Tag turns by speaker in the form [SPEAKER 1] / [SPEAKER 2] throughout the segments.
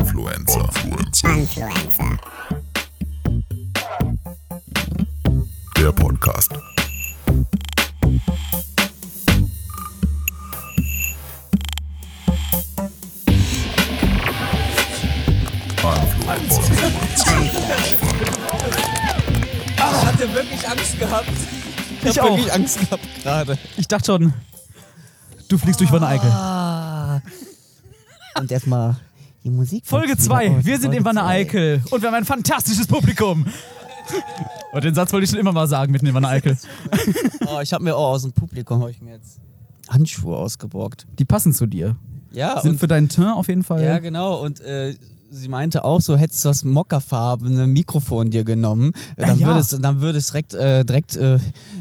[SPEAKER 1] Influencer.
[SPEAKER 2] Influencer.
[SPEAKER 1] Der Podcast.
[SPEAKER 3] Ah, hat er wirklich Angst gehabt?
[SPEAKER 4] Ich
[SPEAKER 3] hab
[SPEAKER 4] auch.
[SPEAKER 3] wirklich Angst gehabt gerade.
[SPEAKER 4] Ich dachte schon, du fliegst durch Wanne Eickel.
[SPEAKER 2] Und erstmal die Musik.
[SPEAKER 4] Folge
[SPEAKER 2] dazu.
[SPEAKER 4] 2. Wir sind
[SPEAKER 2] Folge
[SPEAKER 4] in Wanne
[SPEAKER 2] zwei.
[SPEAKER 4] Eickel und wir haben ein fantastisches Publikum. Und den Satz wollte ich schon immer mal sagen mitten in Wanne Eickel.
[SPEAKER 3] Oh, ich habe mir auch aus dem Publikum hab ich mir jetzt Handschuhe ausgeborgt.
[SPEAKER 4] Die passen zu dir.
[SPEAKER 3] Ja,
[SPEAKER 4] Sind
[SPEAKER 3] und,
[SPEAKER 4] für deinen Teint auf jeden Fall.
[SPEAKER 3] ja genau. Und äh, sie meinte auch, so hättest du das mockafarbene Mikrofon dir genommen, äh, dann,
[SPEAKER 4] Ja, ja.
[SPEAKER 3] würde es, dann würde es direkt, äh, direkt äh,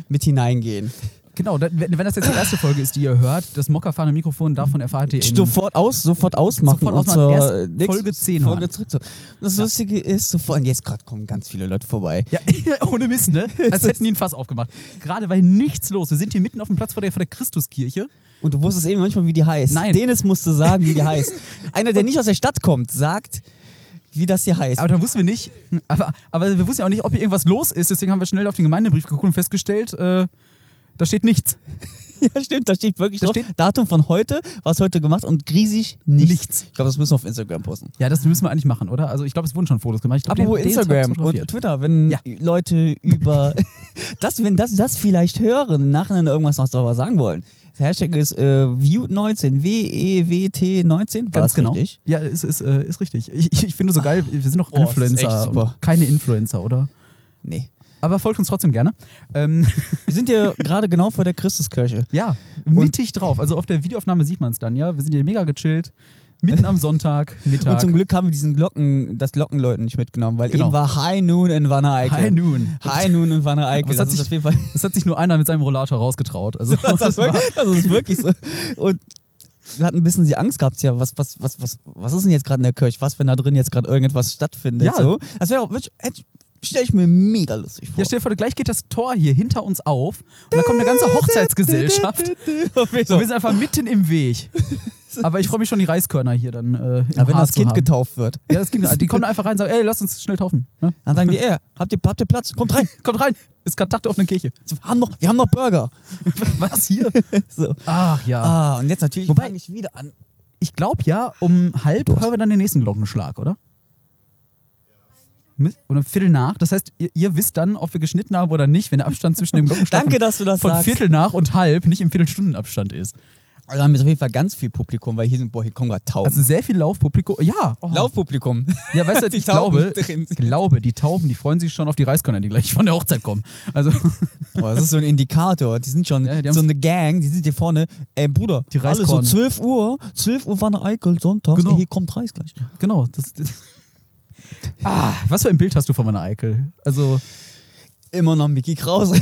[SPEAKER 3] mit hineingehen.
[SPEAKER 4] genau, da- wenn wenn das jetzt die erste Folge ist, die ihr hört, das mockerfahrende Mikrofon, davon erfahrt ihr in
[SPEAKER 3] Sofort aus, sofort ausmachen.
[SPEAKER 4] Sofort
[SPEAKER 3] und
[SPEAKER 4] ausmachen.
[SPEAKER 3] zur
[SPEAKER 4] Erst
[SPEAKER 3] nächsten
[SPEAKER 4] Folge 10
[SPEAKER 3] Folge
[SPEAKER 4] hören.
[SPEAKER 3] zurück. So. Das Lustige ist, sofort, und jetzt gerade kommen ganz viele Leute vorbei.
[SPEAKER 4] Ja, ohne Mist, ne? Als hätten die ein Fass aufgemacht. Gerade weil nichts los. Wir sind hier mitten auf dem Platz vor der, vor der Christuskirche.
[SPEAKER 3] Und du wusstest eben manchmal, wie die heißt.
[SPEAKER 4] Nein.
[SPEAKER 3] Dennis musste sagen, wie die heißt. Einer, der nicht aus der Stadt kommt, sagt, wie das hier heißt.
[SPEAKER 4] Aber da wussten wir nicht, aber, aber wir wussten ja auch nicht, ob hier irgendwas los ist. Deswegen haben wir schnell auf den Gemeindebrief geguckt und festgestellt, äh, da steht nichts.
[SPEAKER 3] ja, stimmt, da steht wirklich
[SPEAKER 4] Da
[SPEAKER 3] drauf,
[SPEAKER 4] steht-
[SPEAKER 3] Datum von heute, was heute gemacht und riesig nichts.
[SPEAKER 4] Nichts.
[SPEAKER 3] Ich glaube, das müssen wir auf Instagram posten.
[SPEAKER 4] Ja, das müssen wir eigentlich machen, oder? Also ich glaube, es wurden schon Fotos gemacht. Ich glaub, die
[SPEAKER 3] Apropos
[SPEAKER 4] haben den Tag
[SPEAKER 3] Instagram und
[SPEAKER 4] fotografiert.
[SPEAKER 3] Twitter, wenn
[SPEAKER 4] Ja.
[SPEAKER 3] Leute über das, wenn das, das vielleicht hören, im Nachhinein irgendwas noch darüber sagen wollen. Der Hashtag ist äh, E View19, W-E-W-T-19. War
[SPEAKER 4] Ganz
[SPEAKER 3] das
[SPEAKER 4] genau.
[SPEAKER 3] Richtig?
[SPEAKER 4] Ja, es ist, äh, ist richtig. Ich, ich- ich finde so geil, wir sind doch
[SPEAKER 3] Oh, das ist echt
[SPEAKER 4] Influencer.
[SPEAKER 3] super.
[SPEAKER 4] und Keine Influencer, oder?
[SPEAKER 3] Nee.
[SPEAKER 4] Aber folgt uns trotzdem gerne. Ähm,
[SPEAKER 3] Wir sind ja gerade genau vor der Christuskirche.
[SPEAKER 4] ja, mittig drauf. Also auf der Videoaufnahme sieht man es dann, ja. Wir sind hier mega gechillt. Mitten am Sonntag, Mittag.
[SPEAKER 3] Und zum Glück haben wir diesen Glocken, das Glockenläuten nicht mitgenommen, weil
[SPEAKER 4] Genau.
[SPEAKER 3] eben war High Noon in Wanne Eickel.
[SPEAKER 4] High Noon.
[SPEAKER 3] High Noon in Wanne Eickel.
[SPEAKER 4] Was hat
[SPEAKER 3] Das ist
[SPEAKER 4] sich-
[SPEAKER 3] auf jeden Fall.
[SPEAKER 4] Das hat sich nur einer mit seinem Rollator rausgetraut. Also
[SPEAKER 3] Das ist, wirklich, das ist wirklich so. Und wir hatten ein bisschen die Angst gehabt, ja, was, was, was, was, was ist denn jetzt gerade in der Kirche? Was, wenn da drin jetzt gerade irgendwas stattfindet?
[SPEAKER 4] Ja.
[SPEAKER 3] So? Das wäre auch, stelle ich mir mega lustig vor.
[SPEAKER 4] Ja, stell dir vor, gleich geht das Tor hier hinter uns auf und da kommt eine ganze Hochzeitsgesellschaft. So, wir sind einfach mitten im Weg. Aber ich freue mich schon, die Reiskörner hier dann äh, im
[SPEAKER 3] Aber wenn
[SPEAKER 4] Haar
[SPEAKER 3] das
[SPEAKER 4] zu
[SPEAKER 3] Kind
[SPEAKER 4] haben.
[SPEAKER 3] getauft wird,
[SPEAKER 4] Ja, das Kind, die kommen einfach rein und sagen, ey, lass uns schnell taufen. Ne?
[SPEAKER 3] dann sagen die, ey, habt ihr, habt ihr Platz? Kommt rein.
[SPEAKER 4] Kommt rein, ist gerade Tag der offenen Kirche.
[SPEAKER 3] Wir haben noch, wir haben noch Burger.
[SPEAKER 4] Was hier?
[SPEAKER 3] So.
[SPEAKER 4] Ach ja.
[SPEAKER 3] Ah, und jetzt natürlich
[SPEAKER 4] Wobei-
[SPEAKER 3] fange ich wieder an.
[SPEAKER 4] Ich glaube ja, um halb hören wir dann den nächsten Glockenschlag, oder? Mit- Oder um Viertel nach. Das heißt, ihr, ihr wisst dann, ob wir geschnitten haben oder nicht, wenn der Abstand zwischen dem Glockenschlag
[SPEAKER 3] Danke, dass du das
[SPEAKER 4] von
[SPEAKER 3] sagst.
[SPEAKER 4] Viertel nach und halb nicht im Viertelstundenabstand ist.
[SPEAKER 3] Also da haben wir jetzt auf jeden Fall ganz viel Publikum, weil hier sind, boah, hier kommen gerade Tauben.
[SPEAKER 4] Also sehr viel Laufpublikum. Ja, oh.
[SPEAKER 3] Laufpublikum.
[SPEAKER 4] Ja, weißt du, ich
[SPEAKER 3] Tauben
[SPEAKER 4] glaube,
[SPEAKER 3] drin
[SPEAKER 4] ich
[SPEAKER 3] sind.
[SPEAKER 4] glaube, die Tauben, die freuen sich schon auf die Reiskörner, die gleich von der Hochzeit kommen. Also
[SPEAKER 3] Oh, das ist so ein Indikator. Die sind schon
[SPEAKER 4] Ja, die haben-
[SPEAKER 3] so eine Gang, die sind hier vorne. Ey, Bruder,
[SPEAKER 4] Die
[SPEAKER 3] alle so
[SPEAKER 4] Reiskorn.
[SPEAKER 3] 12 Uhr, 12 Uhr Wanne Eickel, Sonntag,
[SPEAKER 4] Genau.
[SPEAKER 3] ey, hier kommt Reis gleich.
[SPEAKER 4] genau. Das, das. Ah, was für ein Bild hast du von meiner Eikel? Also,
[SPEAKER 3] Immer noch Mickey Krause.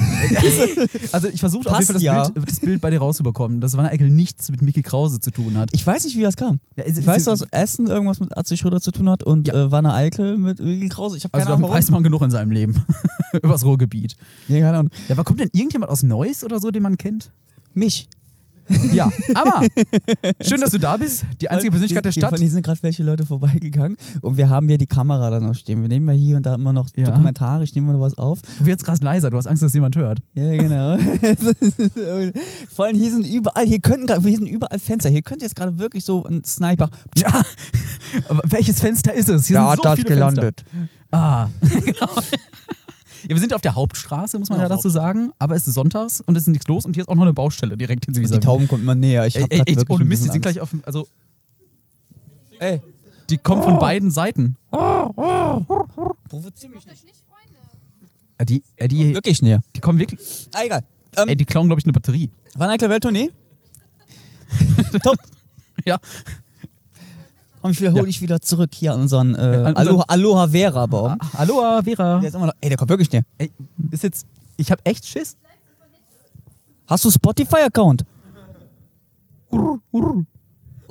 [SPEAKER 4] also ich versuche auf jeden
[SPEAKER 3] Passt
[SPEAKER 4] Fall das,
[SPEAKER 3] ja.
[SPEAKER 4] Bild, das Bild bei dir rauszubekommen, dass meine Eikel nichts mit Mickey Krause zu tun hat.
[SPEAKER 3] ich weiß nicht, wie das kam.
[SPEAKER 4] Ja, es-
[SPEAKER 3] Ich
[SPEAKER 4] es-
[SPEAKER 3] weiß, dass Essen irgendwas mit Atze Schröder zu tun hat und äh, Wanne Eickel mit Mickey Krause. Ich habe keine
[SPEAKER 4] also da
[SPEAKER 3] Ahnung, warum.
[SPEAKER 4] weiß man genug in seinem Leben übers Ruhrgebiet.
[SPEAKER 3] Ja, keine Ahnung.
[SPEAKER 4] Ja, aber kommt denn irgendjemand aus Neuss oder so, den man kennt?
[SPEAKER 3] Mich.
[SPEAKER 4] Ja, aber schön, dass du da bist. Die einzige Persönlichkeit der
[SPEAKER 3] Hier- hier-
[SPEAKER 4] Stadt.
[SPEAKER 3] Hier sind gerade welche Leute vorbeigegangen und wir haben hier die Kamera dann noch stehen. Wir nehmen ja hier und da immer noch
[SPEAKER 4] Ja.
[SPEAKER 3] dokumentarisch, nehmen wir noch was auf.
[SPEAKER 4] Du wirst gerade leiser. Du hast Angst, dass jemand hört.
[SPEAKER 3] Ja, genau. Vor allem hier sind überall, hier könnten gerade, hier sind überall Fenster. Hier könnte jetzt gerade wirklich so ein Sniper.
[SPEAKER 4] Ja, aber Ah, welches Fenster ist es? Hier
[SPEAKER 3] Da
[SPEAKER 4] sind
[SPEAKER 3] hat das
[SPEAKER 4] viele
[SPEAKER 3] gelandet.
[SPEAKER 4] Fenster. Ah, genau. Ja, wir sind auf der Hauptstraße, muss man
[SPEAKER 3] Ja,
[SPEAKER 4] ja dazu sagen. Aber es ist sonntags und es ist nichts los und hier ist auch noch eine Baustelle direkt hinter
[SPEAKER 3] Die
[SPEAKER 4] dieser.
[SPEAKER 3] Tauben kommen immer näher. Ich
[SPEAKER 4] Ey,
[SPEAKER 3] hab
[SPEAKER 4] ey,
[SPEAKER 3] grad
[SPEAKER 4] ey,
[SPEAKER 3] wirklich
[SPEAKER 4] ohne
[SPEAKER 3] ein
[SPEAKER 4] Mist, die
[SPEAKER 3] bisschen
[SPEAKER 4] sind gleich auf. dem- Also,
[SPEAKER 3] Angst. Ey,
[SPEAKER 4] die kommen von beiden Seiten.
[SPEAKER 3] provozier mich nicht.
[SPEAKER 4] Ja, Die, ja, die,
[SPEAKER 3] Wirklich näher.
[SPEAKER 4] die kommen wirklich.
[SPEAKER 3] Ah, egal. Ähm,
[SPEAKER 4] Ey, die klauen, glaube ich, eine Batterie.
[SPEAKER 3] Van Eickel Welttournee? Top.
[SPEAKER 4] Ja.
[SPEAKER 3] Und ich wiederhole ich wieder zurück hier an unseren äh,
[SPEAKER 4] an unseren- Ah.
[SPEAKER 3] Aloha, Aloha Vera Baum.
[SPEAKER 4] Hallo, Vera.
[SPEAKER 3] Der ist immer noch, ey, der kommt wirklich näher.
[SPEAKER 4] Ey, ist jetzt. Ich habe echt Schiss.
[SPEAKER 3] Hast du Spotify-Account?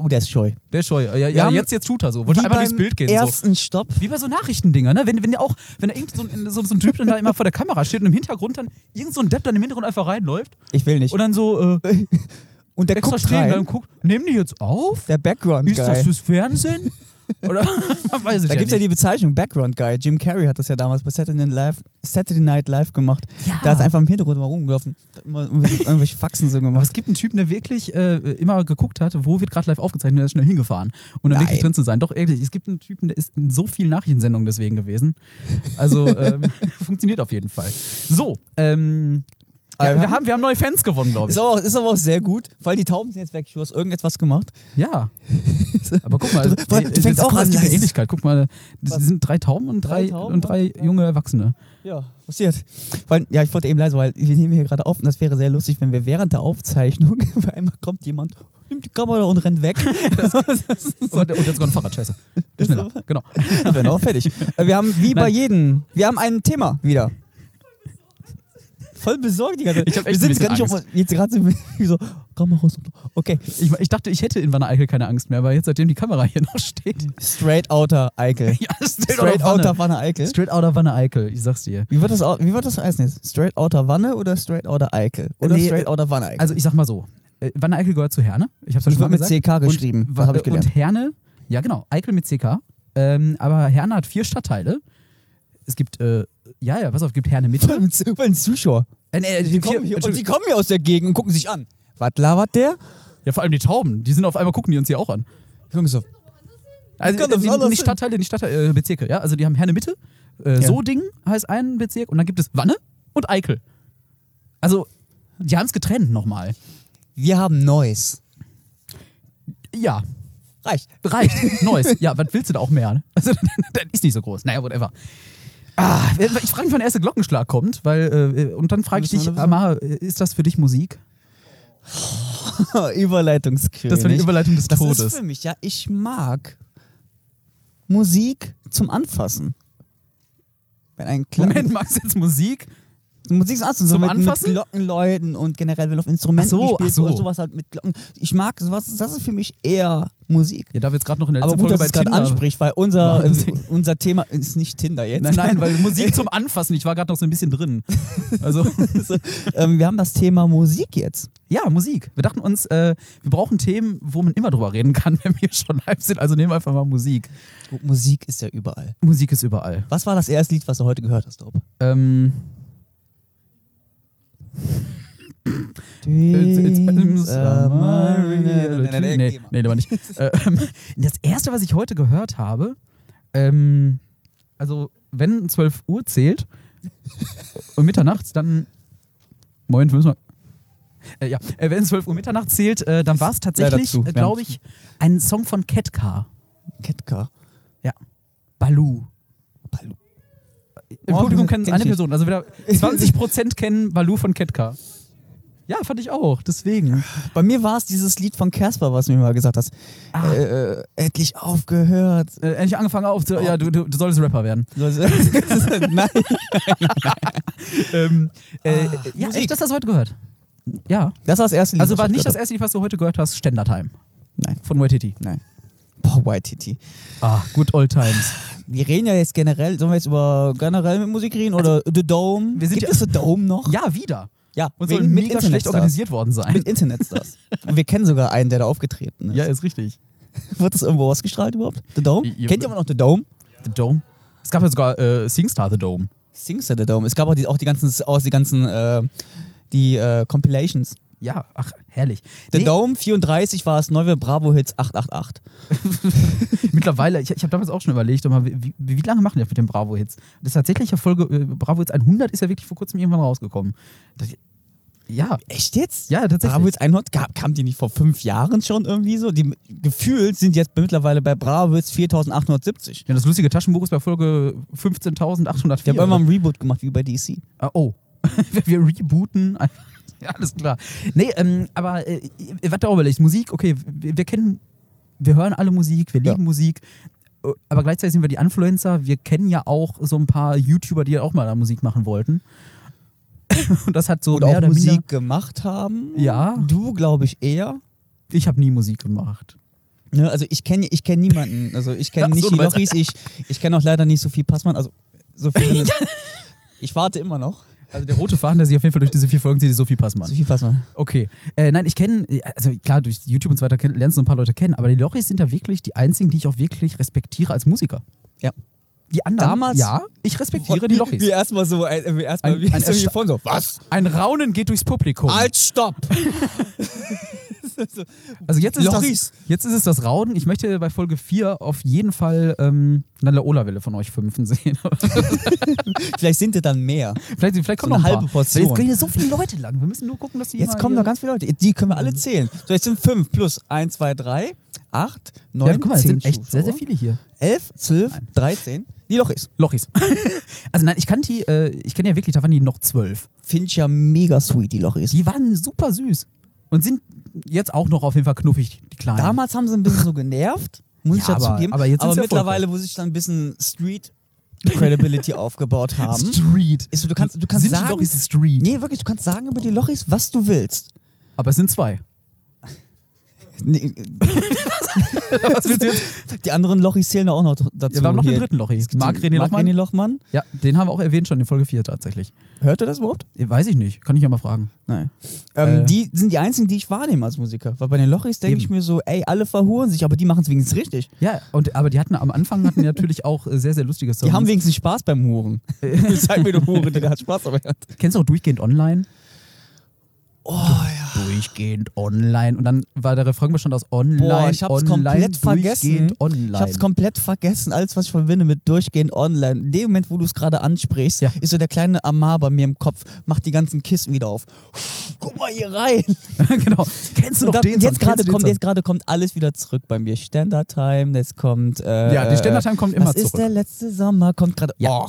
[SPEAKER 3] Oh, der ist scheu.
[SPEAKER 4] Der ist scheu. Ja, ja
[SPEAKER 3] haben-
[SPEAKER 4] jetzt, jetzt tut er so. Wollte
[SPEAKER 3] Wie
[SPEAKER 4] einfach durchs
[SPEAKER 3] beim
[SPEAKER 4] Bild gehen. so.
[SPEAKER 3] Ersten Stopp.
[SPEAKER 4] Wie bei so Nachrichtendinger, ne? Wenn, wenn der auch, wenn da irgend so ein, so, so ein Typ dann da immer vor der Kamera steht und im Hintergrund dann irgend so ein Depp dann im Hintergrund einfach reinläuft
[SPEAKER 3] Ich will nicht.
[SPEAKER 4] und dann so äh,
[SPEAKER 3] Und der
[SPEAKER 4] extra
[SPEAKER 3] guckt
[SPEAKER 4] stehen bleibt und
[SPEAKER 3] rein.
[SPEAKER 4] guckt, nehmen die jetzt auf?
[SPEAKER 3] Der Background
[SPEAKER 4] Ist das
[SPEAKER 3] Guy.
[SPEAKER 4] fürs Fernsehen? Oder man weiß es
[SPEAKER 3] Da
[SPEAKER 4] ja
[SPEAKER 3] gibt es ja
[SPEAKER 4] nicht.
[SPEAKER 3] die Bezeichnung Background Guy. Jim Carrey hat das ja damals bei Saturday Night Live, Saturday Night Live gemacht.
[SPEAKER 4] Ja.
[SPEAKER 3] Da ist einfach im Hintergrund mal rumgelaufen. Hat immer irgendwelche irgendwelche Faxen so
[SPEAKER 4] Aber
[SPEAKER 3] gemacht.
[SPEAKER 4] es gibt einen Typen, der wirklich äh, immer geguckt hat, wo wird gerade live aufgezeichnet, und der ist schnell hingefahren. Und dann
[SPEAKER 3] Nein.
[SPEAKER 4] wirklich drin zu sein. Doch, ehrlich, es gibt einen Typen, der ist in so vielen Nachrichtensendungen deswegen gewesen. Also, ähm, funktioniert auf jeden Fall. So, ähm, ja,
[SPEAKER 3] Aber-
[SPEAKER 4] wir, haben, wir haben neue Fans gewonnen, glaube ich.
[SPEAKER 3] Ist aber, auch, ist aber auch sehr gut, weil die Tauben sind jetzt weg. Du hast irgendetwas gemacht.
[SPEAKER 4] Ja. Aber guck mal, also,
[SPEAKER 3] Du- du fängst
[SPEAKER 4] das ist
[SPEAKER 3] auch
[SPEAKER 4] quasi
[SPEAKER 3] an,
[SPEAKER 4] eine
[SPEAKER 3] leise.
[SPEAKER 4] Ähnlichkeit. Guck mal, das
[SPEAKER 3] Was?
[SPEAKER 4] sind drei Tauben und drei,
[SPEAKER 3] Drei Tauben
[SPEAKER 4] und drei
[SPEAKER 3] und-
[SPEAKER 4] junge Erwachsene.
[SPEAKER 3] Ja, passiert. Weil, ja, ich wollte eben leise, weil wir nehmen hier gerade auf und das wäre sehr lustig, wenn wir während der Aufzeichnung, auf einmal kommt jemand, nimmt die Kamera und rennt weg.
[SPEAKER 4] Und, und jetzt sogar ein Fahrrad, scheiße. Schneller. Genau.
[SPEAKER 3] Dann wären wir auch fertig. Äh, Wir haben, wie bei
[SPEAKER 4] Nein.
[SPEAKER 3] jedem, wir haben ein Thema wieder. Voll besorgt die ganze Zeit.
[SPEAKER 4] Ich hab
[SPEAKER 3] wir
[SPEAKER 4] echt
[SPEAKER 3] sind
[SPEAKER 4] ein bisschen
[SPEAKER 3] gar nicht auf, jetzt gerade sind wir wie so, komm mal raus. Okay,
[SPEAKER 4] Ich, ich dachte, ich hätte in Wanne Eickel keine Angst mehr, aber jetzt, seitdem die Kamera hier noch steht.
[SPEAKER 3] straight outer Eikel.
[SPEAKER 4] Ja,
[SPEAKER 3] Straight outer Wanne Eikel.
[SPEAKER 4] Straight outer Wanne Eickel, ich sag's dir.
[SPEAKER 3] Wie wird das, au- wie wird das heißen jetzt? Straight outer Wanne oder straight outer Eikel? Oder
[SPEAKER 4] Nee,
[SPEAKER 3] straight outer Wanne Eikel?
[SPEAKER 4] Also ich sag mal so, äh, Wanne Eickel gehört zu Herne. Ich hab's ja
[SPEAKER 3] Das
[SPEAKER 4] schon mal
[SPEAKER 3] wird mit
[SPEAKER 4] gesagt.
[SPEAKER 3] CK geschrieben.
[SPEAKER 4] Und, äh,
[SPEAKER 3] Das hab ich gelernt.
[SPEAKER 4] und Herne, ja genau, Eickel mit CK. Ähm, aber Herne hat vier Stadtteile. Es gibt, äh, ja, ja, pass auf, es gibt Herne Mitte.
[SPEAKER 3] Über den Zuschauer.
[SPEAKER 4] Äh, nee, die
[SPEAKER 3] Die kommen hier, und die kommen hier aus der Gegend und gucken sich an. Was labert der?
[SPEAKER 4] ja, vor allem die Tauben, die sind auf einmal, gucken die uns hier auch an.
[SPEAKER 3] Gucken so.
[SPEAKER 4] Also
[SPEAKER 3] Kann doch
[SPEAKER 4] äh, die-
[SPEAKER 3] anders
[SPEAKER 4] nicht
[SPEAKER 3] sein.
[SPEAKER 4] Stadtteile, nicht Stadtteile, äh, Bezirke, ja. Also die haben Herne Mitte, äh,
[SPEAKER 3] Ja.
[SPEAKER 4] Soding heißt ein Bezirk und dann gibt es Wanne und Eickel. Also, die haben es getrennt nochmal.
[SPEAKER 3] Wir haben Neues.
[SPEAKER 4] Ja,
[SPEAKER 3] Reicht.
[SPEAKER 4] reicht. Neues. Ja, was willst du da auch mehr? ne? Also, das ist nicht so groß. Naja, whatever. Ah, ich frage mich, wann der erste Glockenschlag kommt, weil, äh, und dann frage ich
[SPEAKER 3] Müssen wir
[SPEAKER 4] dich,
[SPEAKER 3] noch
[SPEAKER 4] Amara, ist das für dich Musik?
[SPEAKER 3] Überleitungskönig.
[SPEAKER 4] Das war die Überleitung des
[SPEAKER 3] das
[SPEAKER 4] Todes.
[SPEAKER 3] ist für mich, ja. Ich mag Musik zum Anfassen. Wenn ein Klang-
[SPEAKER 4] Moment, magst du jetzt Musik?
[SPEAKER 3] Musik zum Anfassen, so
[SPEAKER 4] Zum
[SPEAKER 3] mit,
[SPEAKER 4] Anfassen?
[SPEAKER 3] mit Glockenläuten und generell, wenn auf Instrumenten
[SPEAKER 4] Ach so,
[SPEAKER 3] gespielt
[SPEAKER 4] ach so.
[SPEAKER 3] wird, sowas halt mit Glocken. Ich mag sowas, das ist für mich eher Musik.
[SPEAKER 4] Ja, da wir jetzt gerade noch in der
[SPEAKER 3] Aber
[SPEAKER 4] letzten
[SPEAKER 3] gut, dass
[SPEAKER 4] Folge
[SPEAKER 3] es
[SPEAKER 4] bei
[SPEAKER 3] gerade
[SPEAKER 4] Tinder...
[SPEAKER 3] anspricht, weil unser, äh,
[SPEAKER 4] Wahnsinn.
[SPEAKER 3] unser Thema ist nicht Tinder jetzt.
[SPEAKER 4] Nein, nein, weil Musik zum Anfassen, ich war gerade noch so ein bisschen drin. Also,
[SPEAKER 3] ähm, wir haben das Thema Musik jetzt.
[SPEAKER 4] ja, Musik. Wir dachten uns, äh, wir brauchen Themen, wo man immer drüber reden kann, wenn wir schon live sind. Also nehmen wir einfach mal Musik.
[SPEAKER 3] Gut, Musik ist ja überall.
[SPEAKER 4] Musik ist überall.
[SPEAKER 3] Was war das erste Lied, was du heute gehört hast, Dob?
[SPEAKER 4] Ähm, It's- it's- it's- Nee, nee, nee, aber nicht. Äh, ähm, Das erste, was ich heute gehört habe, ähm, also wenn 12 Uhr zählt und mitternachts, dann. Moment, müssen wir. Äh, ja, äh, wenn 12 Uhr mitternachts zählt, äh, dann war es tatsächlich,
[SPEAKER 3] zu,
[SPEAKER 4] äh,
[SPEAKER 3] ja.
[SPEAKER 4] glaube ich, ein Song von Ketka.
[SPEAKER 3] Ketka.
[SPEAKER 4] Balu.
[SPEAKER 3] Balu.
[SPEAKER 4] Im
[SPEAKER 3] Oh,
[SPEAKER 4] Publikum kennen es
[SPEAKER 3] kenn
[SPEAKER 4] eine
[SPEAKER 3] ich nicht.
[SPEAKER 4] Person. Also wieder 20% kennen Balu von Ketka. Ja, fand ich auch. Deswegen.
[SPEAKER 3] Bei mir war es dieses Lied von Casper, was du mir mal gesagt hast.
[SPEAKER 4] Ah.
[SPEAKER 3] Äh, äh, endlich aufgehört.
[SPEAKER 4] Äh, endlich angefangen auf. zu- Ja, du, du, du solltest Rapper werden.
[SPEAKER 3] Nein.
[SPEAKER 4] ähm, äh,
[SPEAKER 3] Ah,
[SPEAKER 4] ja,
[SPEAKER 3] Musik.
[SPEAKER 4] echt, dass das heute gehört. Ja.
[SPEAKER 3] Das war das erste Lied.
[SPEAKER 4] Also
[SPEAKER 3] was
[SPEAKER 4] war
[SPEAKER 3] ich
[SPEAKER 4] nicht das
[SPEAKER 3] gehört
[SPEAKER 4] erste Lied, was du heute gehört hast, Ständertime.
[SPEAKER 3] Nein.
[SPEAKER 4] Von
[SPEAKER 3] habe.
[SPEAKER 4] YTT.
[SPEAKER 3] Nein. Boah, YTT.
[SPEAKER 4] Ah, good old times.
[SPEAKER 3] Wir reden ja jetzt generell, sollen wir jetzt über generell mit Musik reden oder The Dome?
[SPEAKER 4] Also, wir sind
[SPEAKER 3] Gibt
[SPEAKER 4] ja-
[SPEAKER 3] es The Dome noch?
[SPEAKER 4] Ja, wieder.
[SPEAKER 3] ja
[SPEAKER 4] Und
[SPEAKER 3] wegen
[SPEAKER 4] soll mega schlecht
[SPEAKER 3] Internetstars.
[SPEAKER 4] organisiert worden sein.
[SPEAKER 3] Mit Internetstars. Und wir kennen sogar einen, der da aufgetreten ist.
[SPEAKER 4] Ja, ist richtig.
[SPEAKER 3] Wird das irgendwo ausgestrahlt überhaupt? The Dome?
[SPEAKER 4] Ja.
[SPEAKER 3] Kennt jemand noch The Dome?
[SPEAKER 4] The Dome. Es gab ja sogar äh, Singstar The Dome.
[SPEAKER 3] Singster The Dome. Es gab auch die, auch die ganzen, auch die, ganzen äh, die äh, Compilations.
[SPEAKER 4] Ja, ach, herrlich.
[SPEAKER 3] The
[SPEAKER 4] Nee,
[SPEAKER 3] Dome 34 war es neue Bravo Hits 888.
[SPEAKER 4] Mittlerweile, ich, ich habe damals auch schon überlegt, aber wie, wie, wie lange machen die das mit den Bravo-Hits? Das tatsächliche Folge, äh, Bravo-Hits 100 ist ja wirklich vor kurzem irgendwann rausgekommen. Das, ja,
[SPEAKER 3] Echt jetzt?
[SPEAKER 4] ja, tatsächlich.
[SPEAKER 3] Bravo Hits 100 gab, kam die nicht vor fünf Jahren schon irgendwie so? Die gefühlt sind jetzt mittlerweile bei Bravo Hits 4870.
[SPEAKER 4] ja, das lustige Taschenbuch ist bei Folge 15.804.
[SPEAKER 3] Die haben immer ein Reboot gemacht, wie bei DC.
[SPEAKER 4] Ah, oh. wir, wir rebooten. einfach. ja, alles klar. Nee, ähm, aber äh, was da überlegt, Musik, okay, wir, wir kennen, wir hören alle Musik, wir
[SPEAKER 3] Ja.
[SPEAKER 4] lieben Musik, äh, aber gleichzeitig sind wir die Influencer, wir kennen ja auch so ein paar YouTuber, die auch mal da Musik machen wollten. Und das hat so
[SPEAKER 3] Oder
[SPEAKER 4] mehr
[SPEAKER 3] auch
[SPEAKER 4] oder
[SPEAKER 3] Musik
[SPEAKER 4] Minder,
[SPEAKER 3] gemacht haben.
[SPEAKER 4] Ja.
[SPEAKER 3] Du, glaube ich, eher.
[SPEAKER 4] ich habe nie Musik gemacht.
[SPEAKER 3] Ne, also ich kenne ich kenn niemanden. Also ich
[SPEAKER 4] Ach
[SPEAKER 3] kenne
[SPEAKER 4] so,
[SPEAKER 3] nicht
[SPEAKER 4] du
[SPEAKER 3] die
[SPEAKER 4] meinst-
[SPEAKER 3] Lochis, ich, ich kenne auch leider nicht Sophie Passmann. Also Sophie, ich warte immer noch.
[SPEAKER 4] Also der rote Faden, der sich auf jeden Fall durch diese vier Folgen zieht, ist Sophie Passmann.
[SPEAKER 3] Sophie Passmann.
[SPEAKER 4] Okay. Äh, nein, ich kenne, also klar, durch YouTube und so weiter kenn, lernst du ein paar Leute kennen, aber die Lochis sind da wirklich die einzigen, die ich auch wirklich respektiere als Musiker.
[SPEAKER 3] Ja.
[SPEAKER 4] Die anderen,
[SPEAKER 3] Damals-
[SPEAKER 4] ja, ich respektiere die Lochis.
[SPEAKER 3] Wir erstmal so, äh, wir erstmal,
[SPEAKER 4] Ein-
[SPEAKER 3] wir
[SPEAKER 4] ein
[SPEAKER 3] so hier
[SPEAKER 4] Ersta-
[SPEAKER 3] vorne so, was?
[SPEAKER 4] Ein Raunen geht durchs Publikum.
[SPEAKER 3] Halt, stopp!
[SPEAKER 4] Also jetzt ist,
[SPEAKER 3] Lochis.
[SPEAKER 4] das, jetzt ist es das Raunen. Ich möchte bei Folge 4 auf jeden Fall ähm, eine Laola-Welle von euch fünfen sehen.
[SPEAKER 3] Vielleicht sind es dann mehr.
[SPEAKER 4] vielleicht, vielleicht kommen
[SPEAKER 3] So eine
[SPEAKER 4] noch ein
[SPEAKER 3] halbe
[SPEAKER 4] paar.
[SPEAKER 3] Portion.
[SPEAKER 4] Jetzt gehen hier so viele Leute lang. Wir müssen nur gucken, dass die
[SPEAKER 3] Jetzt
[SPEAKER 4] immer
[SPEAKER 3] kommen
[SPEAKER 4] hier-
[SPEAKER 3] noch ganz viele Leute. Die können wir alle zählen. So, jetzt sind fünf plus eins, zwei, drei, acht,
[SPEAKER 4] Ja,
[SPEAKER 3] neun,
[SPEAKER 4] guck mal, es
[SPEAKER 3] zehn.
[SPEAKER 4] sind echt sehr, sehr viele hier.
[SPEAKER 3] Elf, zwölf, dreizehn. Die Lochis.
[SPEAKER 4] Lochis. also nein, ich kannte die, äh, ich kenne ja wirklich, da waren die noch zwölf.
[SPEAKER 3] Finde ich ja mega sweet, die Lochis.
[SPEAKER 4] Die waren super süß. Und sind jetzt auch noch auf jeden Fall knuffig, die Kleinen.
[SPEAKER 3] Damals haben sie ein bisschen so genervt, muss
[SPEAKER 4] Ja,
[SPEAKER 3] ich ja
[SPEAKER 4] aber-
[SPEAKER 3] zugeben.
[SPEAKER 4] aber jetzt sind sie
[SPEAKER 3] mittlerweile muss ich dann ein bisschen Street Credibility aufgebaut haben.
[SPEAKER 4] Street.
[SPEAKER 3] Ist so, du kannst, du kannst
[SPEAKER 4] sind die
[SPEAKER 3] sagen,
[SPEAKER 4] Lochis Street.
[SPEAKER 3] nee, wirklich, du kannst sagen über die Lochis, was du willst.
[SPEAKER 4] Aber es sind zwei.
[SPEAKER 3] Nee, die anderen Lochis zählen da auch noch dazu.
[SPEAKER 4] Wir haben noch den
[SPEAKER 3] Hier,
[SPEAKER 4] dritten Lochi. Marc René
[SPEAKER 3] Marc René
[SPEAKER 4] Lochmann.
[SPEAKER 3] Lochmann.
[SPEAKER 4] Ja, den haben wir auch erwähnt schon in Folge 4 tatsächlich.
[SPEAKER 3] Hört ihr das überhaupt?
[SPEAKER 4] Eh, Weiß ich nicht, kann ich ja mal fragen.
[SPEAKER 3] Nein. Ähm,
[SPEAKER 4] Äh.
[SPEAKER 3] Die sind die einzigen, die ich wahrnehme als Musiker. Weil bei den Lochis denke
[SPEAKER 4] Eben.
[SPEAKER 3] ich mir so, ey, alle verhuren sich, aber die machen es wenigstens richtig.
[SPEAKER 4] Ja, und, aber die hatten am Anfang hatten die natürlich auch äh, sehr, sehr lustige Songs.
[SPEAKER 3] Die haben wenigstens Spaß beim Huren. Zeig mir eine Hure, die da hat Spaß dabei hat.
[SPEAKER 4] Kennst du auch durchgehend online?
[SPEAKER 3] Oh ja.
[SPEAKER 4] Durchgehend online. Und dann war der Refrain bestand aus online,
[SPEAKER 3] Boah, ich hab's
[SPEAKER 4] online,
[SPEAKER 3] komplett vergessen.
[SPEAKER 4] durchgehend online.
[SPEAKER 3] Ich hab's komplett vergessen, alles, was ich verbinde mit durchgehend online. In dem Moment, wo du es gerade ansprichst,
[SPEAKER 4] Ja.
[SPEAKER 3] ist so der kleine Amar bei mir im Kopf, macht die ganzen Kissen wieder auf. Guck mal hier rein.
[SPEAKER 4] genau. Kennst du
[SPEAKER 3] Und
[SPEAKER 4] noch
[SPEAKER 3] dann,
[SPEAKER 4] den Song?
[SPEAKER 3] jetzt gerade
[SPEAKER 4] Kennst du den
[SPEAKER 3] kommt,
[SPEAKER 4] Song?
[SPEAKER 3] jetzt gerade kommt alles wieder zurück bei mir. Standard Time, jetzt kommt. Äh,
[SPEAKER 4] Ja, die Standard Time kommt
[SPEAKER 3] äh,
[SPEAKER 4] immer
[SPEAKER 3] was
[SPEAKER 4] zurück.
[SPEAKER 3] ist der letzte Sommer? Kommt gerade.
[SPEAKER 4] Ja.
[SPEAKER 3] Oh,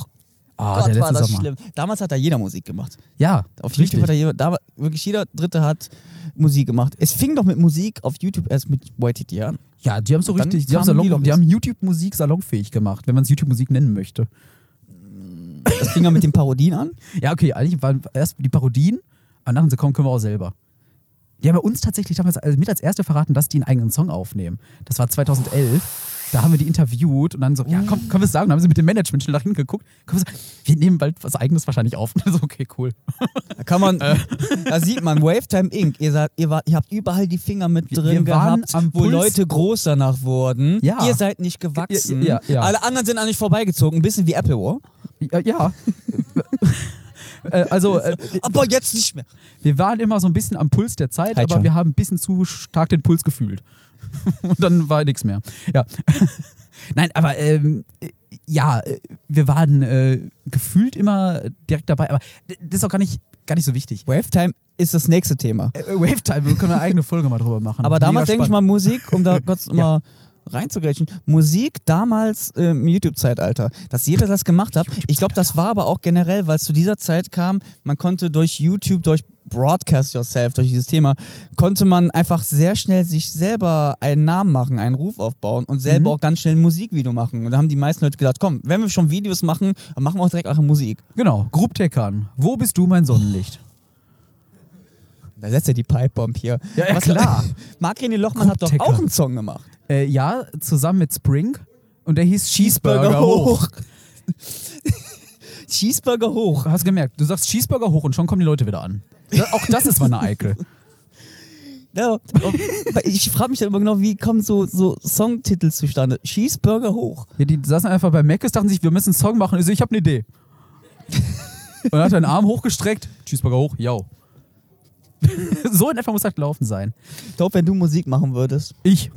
[SPEAKER 4] Ah,
[SPEAKER 3] Gott,
[SPEAKER 4] der letzte
[SPEAKER 3] war das
[SPEAKER 4] Sommer.
[SPEAKER 3] schlimm. Damals hat da jeder Musik gemacht.
[SPEAKER 4] Ja,
[SPEAKER 3] Auf YouTube hat da
[SPEAKER 4] richtig.
[SPEAKER 3] jeder, da, wirklich jeder Dritte hat Musik gemacht. Es fing doch mit Musik auf YouTube erst mit YTT an.
[SPEAKER 4] Ja, die haben so
[SPEAKER 3] Dann
[SPEAKER 4] richtig, die haben,
[SPEAKER 3] kamen
[SPEAKER 4] Salon,
[SPEAKER 3] die Lochis.
[SPEAKER 4] die haben YouTube-Musik salonfähig gemacht, wenn man es YouTube-Musik nennen möchte.
[SPEAKER 3] Das fing ja mit den Parodien an.
[SPEAKER 4] Ja, okay, eigentlich waren erst die Parodien, aber nachher haben sie kommen, können wir auch selber. Die haben ja uns tatsächlich damals also mit als Erste verraten, dass die einen eigenen Song aufnehmen. Das war 2011. Da haben wir die interviewt und dann so, ja, komm, können wir es sagen? Dann haben sie mit dem Management schnell dahin geguckt. Können wir sagen, wir nehmen bald was Eigenes wahrscheinlich auf. Und so, okay, cool.
[SPEAKER 3] Da kann man, da sieht man Wavetime Inc. Ihr, seid, ihr, wart, ihr habt überall die Finger mit
[SPEAKER 4] Wir-
[SPEAKER 3] drin
[SPEAKER 4] wir waren
[SPEAKER 3] gehabt,
[SPEAKER 4] am
[SPEAKER 3] wo
[SPEAKER 4] Puls.
[SPEAKER 3] Leute groß danach wurden.
[SPEAKER 4] Ja.
[SPEAKER 3] Ihr seid nicht gewachsen.
[SPEAKER 4] Ja, ja, ja.
[SPEAKER 3] Alle anderen sind an euch vorbeigezogen. Ein bisschen wie Apple War.
[SPEAKER 4] Ja. ja. Äh, also, äh,
[SPEAKER 3] Aber jetzt nicht mehr.
[SPEAKER 4] wir waren immer so ein bisschen am Puls der Zeit,
[SPEAKER 3] Hi,
[SPEAKER 4] aber
[SPEAKER 3] John.
[SPEAKER 4] wir haben ein bisschen zu stark den Puls gefühlt. Und dann war nichts mehr. Ja. Nein, aber ähm, äh, ja, äh, wir waren äh, gefühlt immer direkt dabei, aber d- das ist auch gar nicht, gar nicht so wichtig.
[SPEAKER 3] Wavetime ist das nächste Thema.
[SPEAKER 4] Äh, Wavetime, wir können eine eigene Folge mal drüber machen.
[SPEAKER 3] Aber
[SPEAKER 4] Mega
[SPEAKER 3] damals denke ich
[SPEAKER 4] spannend.
[SPEAKER 3] mal Musik, um da kurz mal reinzugrätschen, Musik damals äh, im YouTube-Zeitalter, dass jeder das gemacht hat. Ich glaube, das war aber auch generell, weil es zu dieser Zeit kam, man konnte durch YouTube, durch Broadcast Yourself, durch dieses Thema, konnte man einfach sehr schnell sich selber einen Namen machen, einen Ruf aufbauen und
[SPEAKER 4] Mhm.
[SPEAKER 3] selber auch ganz schnell ein Musikvideo machen. Und da haben die meisten Leute gedacht, komm, wenn wir schon Videos machen, dann machen wir auch direkt auch Musik.
[SPEAKER 4] Genau, Grub Tekan. Wo bist du, mein Sonnenlicht?
[SPEAKER 3] Da setzt er die Pipebomb hier.
[SPEAKER 4] Ja, ja,
[SPEAKER 3] Was-
[SPEAKER 4] klar.
[SPEAKER 3] Marc-René Lochmann hat doch
[SPEAKER 4] Grupptecker.
[SPEAKER 3] auch einen Song gemacht.
[SPEAKER 4] Äh, ja, zusammen mit Spring. Und der hieß Cheeseburger hoch.
[SPEAKER 3] Cheeseburger hoch.
[SPEAKER 4] Hast gemerkt, du sagst Cheeseburger hoch und schon kommen die Leute wieder an. Da- Auch das ist mal eine Eikel.
[SPEAKER 3] Ja, aber ich frage mich dann immer genau, wie kommen so, so Songtitel zustande? Cheeseburger hoch.
[SPEAKER 4] Ja, die saßen einfach bei Mac, dachten sich, wir müssen einen Song machen. Ich so, ich habe eine Idee. Und dann hat er einen Arm hochgestreckt, Cheeseburger hoch, yo. so in etwa muss das gelaufen sein.
[SPEAKER 3] Ich glaube, wenn du Musik machen würdest.
[SPEAKER 4] Ich,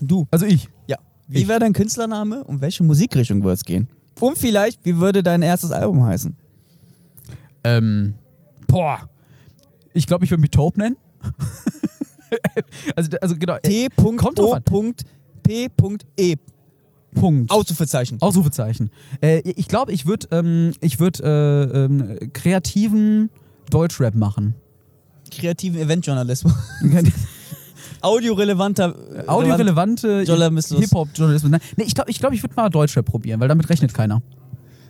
[SPEAKER 3] Du.
[SPEAKER 4] also ich.
[SPEAKER 3] Ja. Wie
[SPEAKER 4] Ich.
[SPEAKER 3] wäre dein Künstlername und welche Musikrichtung würde es gehen? Und vielleicht, wie würde dein erstes Album heißen?
[SPEAKER 4] Ähm, boah. Ich glaube, ich würde mich Taupe nennen. also, also genau. äh, kommt drauf an.
[SPEAKER 3] T.O.P.E.
[SPEAKER 4] Punkt.
[SPEAKER 3] E. Ausrufezeichen.
[SPEAKER 4] Ausrufezeichen. Äh, ich glaube, ich würde ähm, ich würd, äh, ähm, kreativen Deutschrap machen.
[SPEAKER 3] Kreativen Eventjournalismus. Audiorelevanter. äh,
[SPEAKER 4] Audiorelevante
[SPEAKER 3] Journalismus.
[SPEAKER 4] Hip-Hop-Journalismus. Nein, Nee, ich glaube, ich, glaub, ich würde mal Deutschrap probieren, weil damit rechnet keiner.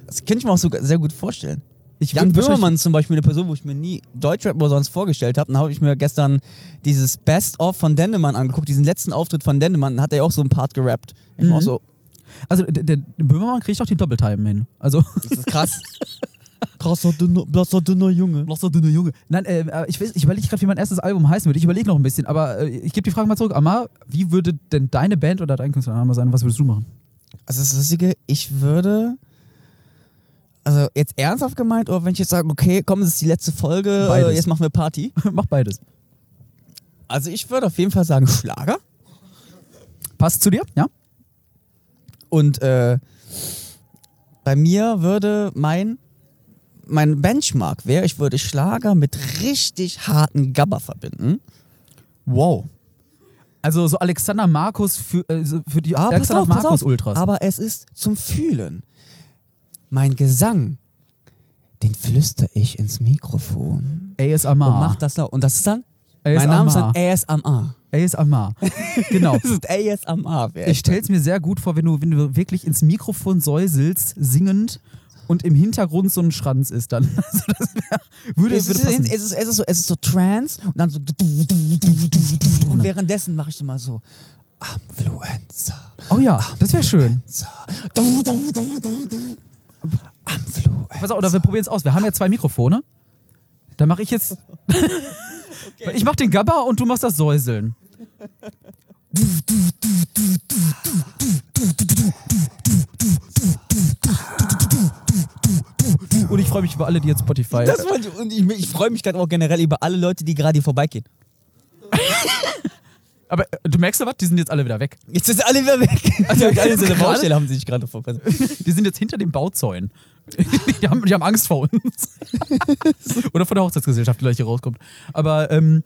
[SPEAKER 3] Das könnte ich mir auch sogar sehr gut vorstellen.
[SPEAKER 4] Ich
[SPEAKER 3] Jan
[SPEAKER 4] würd wahrscheinlich-
[SPEAKER 3] Böhmermann ist zum Beispiel eine Person, wo ich mir nie Deutschrap oder sonst vorgestellt habe. Dann habe ich mir gestern dieses Best-of von Dendemann angeguckt, diesen letzten Auftritt von Dendemann, hat er ja auch so einen Part gerappt. Ich war auch so,
[SPEAKER 4] Also der, der Böhmermann kriegt auch die Doppeltime hin. Also
[SPEAKER 3] das ist krass. Krasser, dünner, blasser, dünner Junge.
[SPEAKER 4] Noch so dünner Junge. Nein, äh, äh, ich, weiß- ich überlege gerade, wie mein erstes Album heißen würde. Ich überlege noch ein bisschen, aber äh, ich gebe die Frage mal zurück. Amar, wie würde denn deine Band oder dein Künstlername sein? Was würdest du machen?
[SPEAKER 3] Also das Lustige, ich würde. Also jetzt ernsthaft gemeint, oder wenn ich jetzt sage, okay, komm, es ist die letzte Folge, äh,
[SPEAKER 4] Beides.
[SPEAKER 3] jetzt machen wir Party.
[SPEAKER 4] Mach beides.
[SPEAKER 3] Also ich würde auf jeden Fall sagen Schlager
[SPEAKER 4] Passt zu dir? Ja?
[SPEAKER 3] und äh, bei mir würde mein mein Benchmark wäre, ich würde Schlager mit richtig harten Gabber verbinden.
[SPEAKER 4] Wow. Also so Alexander Markus für, äh, so für die
[SPEAKER 3] Aber Ah, pass
[SPEAKER 4] Alexander
[SPEAKER 3] auf, pass
[SPEAKER 4] Markus
[SPEAKER 3] auf, Ah.
[SPEAKER 4] Ultras.
[SPEAKER 3] aber es ist zum Fühlen. Mein Gesang, den flüster ich ins Mikrofon
[SPEAKER 4] ASMR.
[SPEAKER 3] und mach das laut. Und das ist dann, mein
[SPEAKER 4] ASMR.
[SPEAKER 3] Name ist dann ASMR.
[SPEAKER 4] ASMR. genau.
[SPEAKER 3] Das ist ASMR. Wer
[SPEAKER 4] Ich stell's mir sehr gut vor, wenn du, wenn du wirklich ins Mikrofon säuselst, singend und im Hintergrund so ein Schranz ist dann. Also das wär, würde,
[SPEAKER 3] es,
[SPEAKER 4] würde
[SPEAKER 3] ist,
[SPEAKER 4] passen.
[SPEAKER 3] es, ist, es, ist so, es ist so Trance und dann so. du- du- du- du- du- du- Und währenddessen mache ich immer so. Influencer.
[SPEAKER 4] Oh ja, das wäre schön.
[SPEAKER 3] Du- du- du- du- du. Influencer.
[SPEAKER 4] Pass auf, oder wir probieren's aus. Wir haben ja zwei Mikrofone. Dann mache ich jetzt. Ich mach den Gabba und du machst das Säuseln. Und ich freue mich über alle, die jetzt Spotify.
[SPEAKER 3] Das wollte ich, und ich, ich freue mich gerade auch generell über alle Leute, die gerade hier vorbeigehen.
[SPEAKER 4] Aber äh, du merkst ja was? Die sind jetzt alle wieder weg.
[SPEAKER 3] Jetzt sind alle wieder weg.
[SPEAKER 4] Also,
[SPEAKER 3] alle so eine
[SPEAKER 4] gerade-
[SPEAKER 3] Baustelle haben sie sich gerade vorbereitet.
[SPEAKER 4] Die sind jetzt hinter den Bauzäunen. Die haben, die haben Angst vor uns. Oder vor der Hochzeitsgesellschaft, die gleich hier rauskommt. Aber ähm,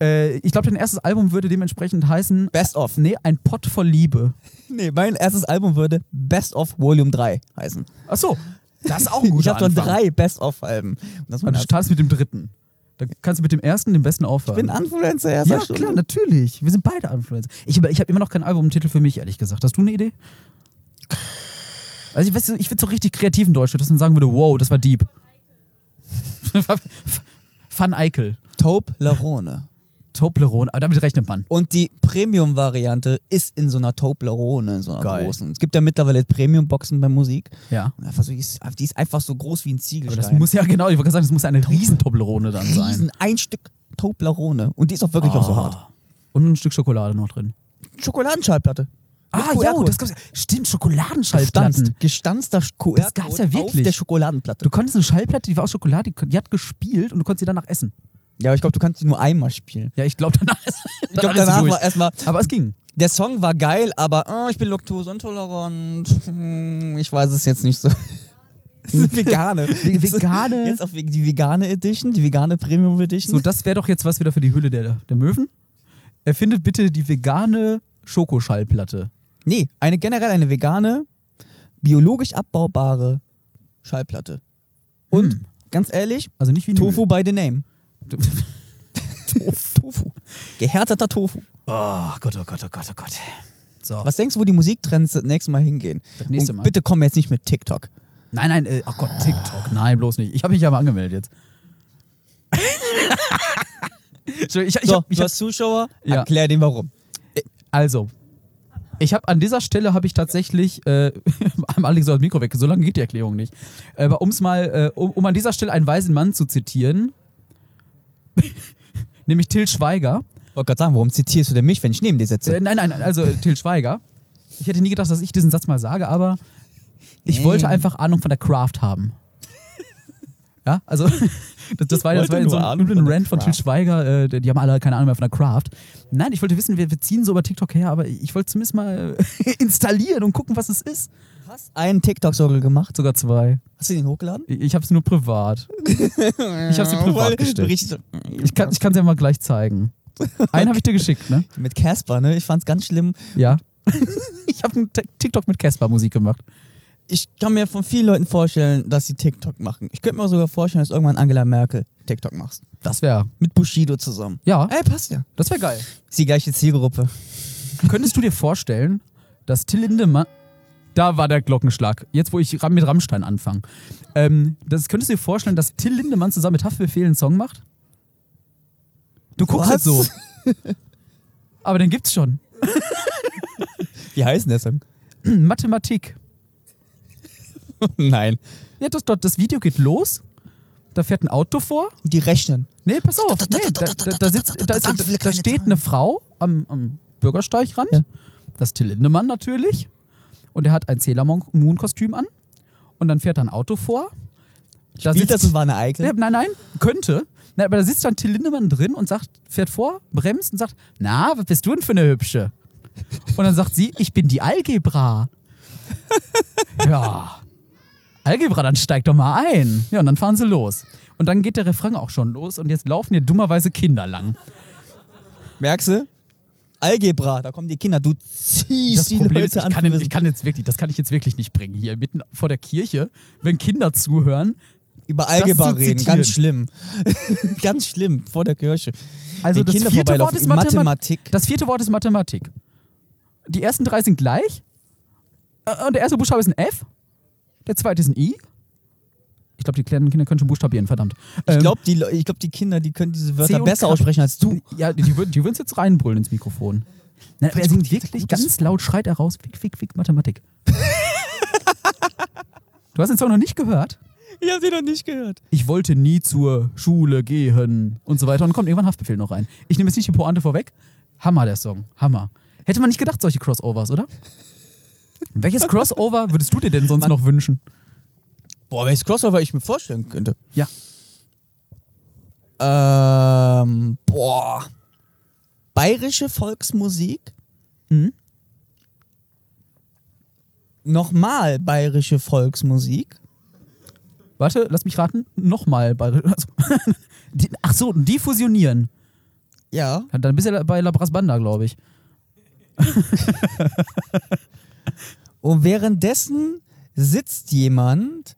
[SPEAKER 4] äh, ich glaube, dein erstes Album würde dementsprechend heißen.
[SPEAKER 3] Best of.
[SPEAKER 4] Nee, ein Pott voll Liebe.
[SPEAKER 3] Nee, mein erstes Album würde Best of Volume 3 heißen.
[SPEAKER 4] Ach so, das ist auch ein guter
[SPEAKER 3] Ich habe schon
[SPEAKER 4] Anfang.
[SPEAKER 3] drei Best of Alben. Und Das ist mein
[SPEAKER 4] Und du
[SPEAKER 3] erstes.
[SPEAKER 4] startest mit dem dritten. Dann kannst du mit dem ersten, dem besten
[SPEAKER 3] ich
[SPEAKER 4] aufhören.
[SPEAKER 3] bin Influencer. Ja,
[SPEAKER 4] ja,
[SPEAKER 3] sag ne? schon.
[SPEAKER 4] klar, natürlich. Wir sind beide Influencer. Ich, über- ich habe immer noch keinen Albumtitel für mich, ehrlich gesagt. Hast du eine Idee? Also ich weiß, so, ich würde so richtig kreativ in Deutschland, dass man sagen würde, wow, das war deep. Van Eikel,
[SPEAKER 3] Toblerone.
[SPEAKER 4] Toblerone, aber damit rechnet man.
[SPEAKER 3] Und die Premium-Variante ist in so einer Toblerone, in so einer
[SPEAKER 4] Geil.
[SPEAKER 3] großen. Es gibt ja mittlerweile Premium-Boxen bei Musik.
[SPEAKER 4] Ja.
[SPEAKER 3] Und einfach so, die, ist, die ist einfach so groß wie ein Ziegelstein.
[SPEAKER 4] Aber das muss ja, genau, ich wollte gerade sagen, das muss ja eine riesen Toblerone dann sein.
[SPEAKER 3] Riesen, ein Stück Toblerone. Und die ist auch wirklich auch so hart.
[SPEAKER 4] Ah. Und ein Stück Schokolade noch drin.
[SPEAKER 3] Schokoladenschallplatte. Mit
[SPEAKER 4] Ah,
[SPEAKER 3] QR-Code.
[SPEAKER 4] ja, das gab's ja. Stimmt, Schokoladenschallplatten.
[SPEAKER 3] Gestanzt. Gestanzter QR-Code
[SPEAKER 4] Das gab's ja wirklich.
[SPEAKER 3] auf der Schokoladenplatte.
[SPEAKER 4] Du konntest eine Schallplatte, die war aus Schokolade, die, die hat gespielt und du konntest sie danach essen.
[SPEAKER 3] Ja, aber ich glaube, du kannst sie nur einmal spielen.
[SPEAKER 4] Ja, ich glaube danach ist
[SPEAKER 3] Ich glaube,
[SPEAKER 4] ist sie
[SPEAKER 3] danach
[SPEAKER 4] durch.
[SPEAKER 3] war erstmal,
[SPEAKER 4] Aber es ging.
[SPEAKER 3] der Song war geil, aber oh, ich bin laktoseintolerant. Hm, Ich weiß es jetzt nicht so. Das ist vegane.
[SPEAKER 4] We- vegane.
[SPEAKER 3] Jetzt auch wegen die vegane Edition, die vegane Premium Edition.
[SPEAKER 4] So, das wäre doch jetzt was wieder für die Höhle der, der Möwen. Erfindet bitte die vegane Schokoschallplatte.
[SPEAKER 3] nee, eine generell eine vegane, biologisch abbaubare Schallplatte. Und ganz ehrlich,
[SPEAKER 4] Hm. Also nicht wie
[SPEAKER 3] Tofu by the name. Tofu. Gehärteter Tofu.
[SPEAKER 4] Oh Gott, oh Gott, oh Gott, oh Gott. So.
[SPEAKER 3] Was denkst du, wo die Musiktrends das nächste Mal hingehen?
[SPEAKER 4] Das nächste
[SPEAKER 3] Und
[SPEAKER 4] Mal.
[SPEAKER 3] bitte komm jetzt nicht mit TikTok.
[SPEAKER 4] Nein, nein, äh, oh Gott, TikTok. Nein, bloß nicht. Ich habe mich ja mal angemeldet jetzt. Entschuldigung, ich, ich,
[SPEAKER 3] So,
[SPEAKER 4] hab, ich
[SPEAKER 3] du
[SPEAKER 4] hab,
[SPEAKER 3] hast Zuschauer,
[SPEAKER 4] Ja.
[SPEAKER 3] erklär denen warum.
[SPEAKER 4] Also, ich habe an dieser Stelle habe ich tatsächlich, äh, am Alex soll das Mikro weg, so lange geht die Erklärung nicht. Aber um's mal, äh, um, um an dieser Stelle einen weisen Mann zu zitieren, nämlich Till Schweiger.
[SPEAKER 3] wollte gerade sagen, warum zitierst du denn mich, wenn ich neben dir sitze?
[SPEAKER 4] Äh, nein, nein, nein, also äh, Till Schweiger. Ich hätte nie gedacht, dass ich diesen Satz mal sage, aber ich
[SPEAKER 3] Nee.
[SPEAKER 4] wollte einfach Ahnung von der Craft haben. Ja, also das, das war, das
[SPEAKER 3] wollte
[SPEAKER 4] war in
[SPEAKER 3] nur
[SPEAKER 4] so einem
[SPEAKER 3] Ahnung
[SPEAKER 4] üblen
[SPEAKER 3] von der
[SPEAKER 4] Rant von Till
[SPEAKER 3] Craft.
[SPEAKER 4] Schweiger, äh, die die haben alle keine Ahnung mehr von der Craft. Nein, ich wollte wissen, wir, wir ziehen so über TikTok her, aber ich wollte zumindest mal äh, installieren und gucken, was es ist.
[SPEAKER 3] Du hast einen TikTok-Sorgel gemacht.
[SPEAKER 4] Sogar zwei.
[SPEAKER 3] Hast du den hochgeladen?
[SPEAKER 4] Ich, ich habe es nur privat. Ich habe sie privat gestellt.
[SPEAKER 3] Richtig. mm.
[SPEAKER 4] Ich kann es ja mal gleich zeigen. Einen habe ich dir geschickt, ne?
[SPEAKER 3] Mit Casper, ne? Ich fand's ganz schlimm.
[SPEAKER 4] Ja. Ich habe einen Tik- TikTok mit Casper Musik gemacht.
[SPEAKER 3] Ich kann mir von vielen Leuten vorstellen, dass sie TikTok machen. Ich könnte mir sogar vorstellen, dass irgendwann Angela Merkel TikTok machst.
[SPEAKER 4] Das wäre.
[SPEAKER 3] Mit Bushido zusammen.
[SPEAKER 4] Ja.
[SPEAKER 3] Ey, passt ja.
[SPEAKER 4] Das wäre geil.
[SPEAKER 3] Ist die gleiche Zielgruppe.
[SPEAKER 4] Könntest du dir vorstellen, dass Till Lindemann. Da war der Glockenschlag. Jetzt, wo ich Ram- mit Rammstein anfange. Ähm, das, könntest du dir vorstellen, dass Till Lindemann zusammen mit Haftbefehl einen Song macht? Du guckst
[SPEAKER 3] Was?
[SPEAKER 4] jetzt so. Aber den gibt's schon.
[SPEAKER 3] Wie heißt denn der Song?
[SPEAKER 4] Mathematik.
[SPEAKER 3] Nein.
[SPEAKER 4] Ja, das, das, das Video geht los. Da fährt ein Auto vor.
[SPEAKER 3] Die rechnen.
[SPEAKER 4] Nee, pass auf. Nee, da, da, da, sitzt, da, ist, da, da steht eine Frau am, am Bürgersteigrand.
[SPEAKER 3] Ja.
[SPEAKER 4] Das ist Till Lindemann natürlich. Und er hat ein Sailor Moon-Kostüm an. Und dann fährt da ein Auto vor. Da
[SPEAKER 3] Wie das
[SPEAKER 4] sitzt-
[SPEAKER 3] war eine Eikel.
[SPEAKER 4] Ja, nein, nein, könnte. Nein, aber da sitzt dann Till Lindemann drin und sagt, fährt vor, bremst und sagt, na, was bist du denn für eine Hübsche? Und dann sagt sie, ich bin die Algebra. ja. Algebra, dann steig doch mal ein. Ja, und dann fahren sie los. Und dann geht der Refrain auch schon los und jetzt laufen hier dummerweise Kinder lang.
[SPEAKER 3] Merkst du? Algebra, da kommen die Kinder, du ziehst
[SPEAKER 4] Das
[SPEAKER 3] die
[SPEAKER 4] Problem
[SPEAKER 3] Leute
[SPEAKER 4] ist, ich
[SPEAKER 3] an.
[SPEAKER 4] kann, ich kann jetzt wirklich, das kann ich jetzt wirklich nicht bringen hier mitten vor der Kirche, wenn Kinder zuhören.
[SPEAKER 3] über Algebra
[SPEAKER 4] zu
[SPEAKER 3] reden,
[SPEAKER 4] zitieren.
[SPEAKER 3] ganz schlimm. ganz schlimm, vor der Kirche.
[SPEAKER 4] Also
[SPEAKER 3] Wenn
[SPEAKER 4] das
[SPEAKER 3] Kinder
[SPEAKER 4] vierte Wort
[SPEAKER 3] vorbeilaufen,
[SPEAKER 4] ist
[SPEAKER 3] in
[SPEAKER 4] Mathematik.
[SPEAKER 3] Mathematik.
[SPEAKER 4] Das vierte Wort ist Mathematik. Die ersten drei sind gleich. Äh, Und der erste Buchstabe ist ein F. Der zweite ist ein I. Ich glaube, die kleinen Kinder können schon buchstabieren, verdammt.
[SPEAKER 3] ich
[SPEAKER 4] Ähm,
[SPEAKER 3] glaube, die, Le- ich glaub, die Kinder, die können diese Wörter
[SPEAKER 4] und
[SPEAKER 3] besser
[SPEAKER 4] K.
[SPEAKER 3] aussprechen als du.
[SPEAKER 4] Ja, die, würden- die würden es jetzt reinbrüllen ins Mikrofon. Nein, aber er singt wirklich ganz laut, schreit er raus: Fick, fick, fick, Mathematik. du hast den Song noch nicht gehört.
[SPEAKER 3] Ich habe sie noch nicht gehört.
[SPEAKER 4] Ich wollte nie zur Schule gehen und so weiter. Und kommt irgendwann Haftbefehl noch rein. Ich nehme jetzt nicht die Pointe vorweg. Hammer, der Song. Hammer. Hätte man nicht gedacht, solche Crossovers, oder? Welches Crossover würdest du dir denn sonst noch wünschen?
[SPEAKER 3] Boah, welches Crossover ich mir vorstellen könnte.
[SPEAKER 4] Ja.
[SPEAKER 3] Ähm, boah. Bayerische Volksmusik.
[SPEAKER 4] Mhm.
[SPEAKER 3] Nochmal bayerische Volksmusik.
[SPEAKER 4] Warte, lass mich raten. Nochmal. Bei, also, die, ach so, die fusionieren.
[SPEAKER 3] Ja.
[SPEAKER 4] Ja, Dann bist du ja bei Labras Banda, glaube ich.
[SPEAKER 3] Und währenddessen sitzt jemand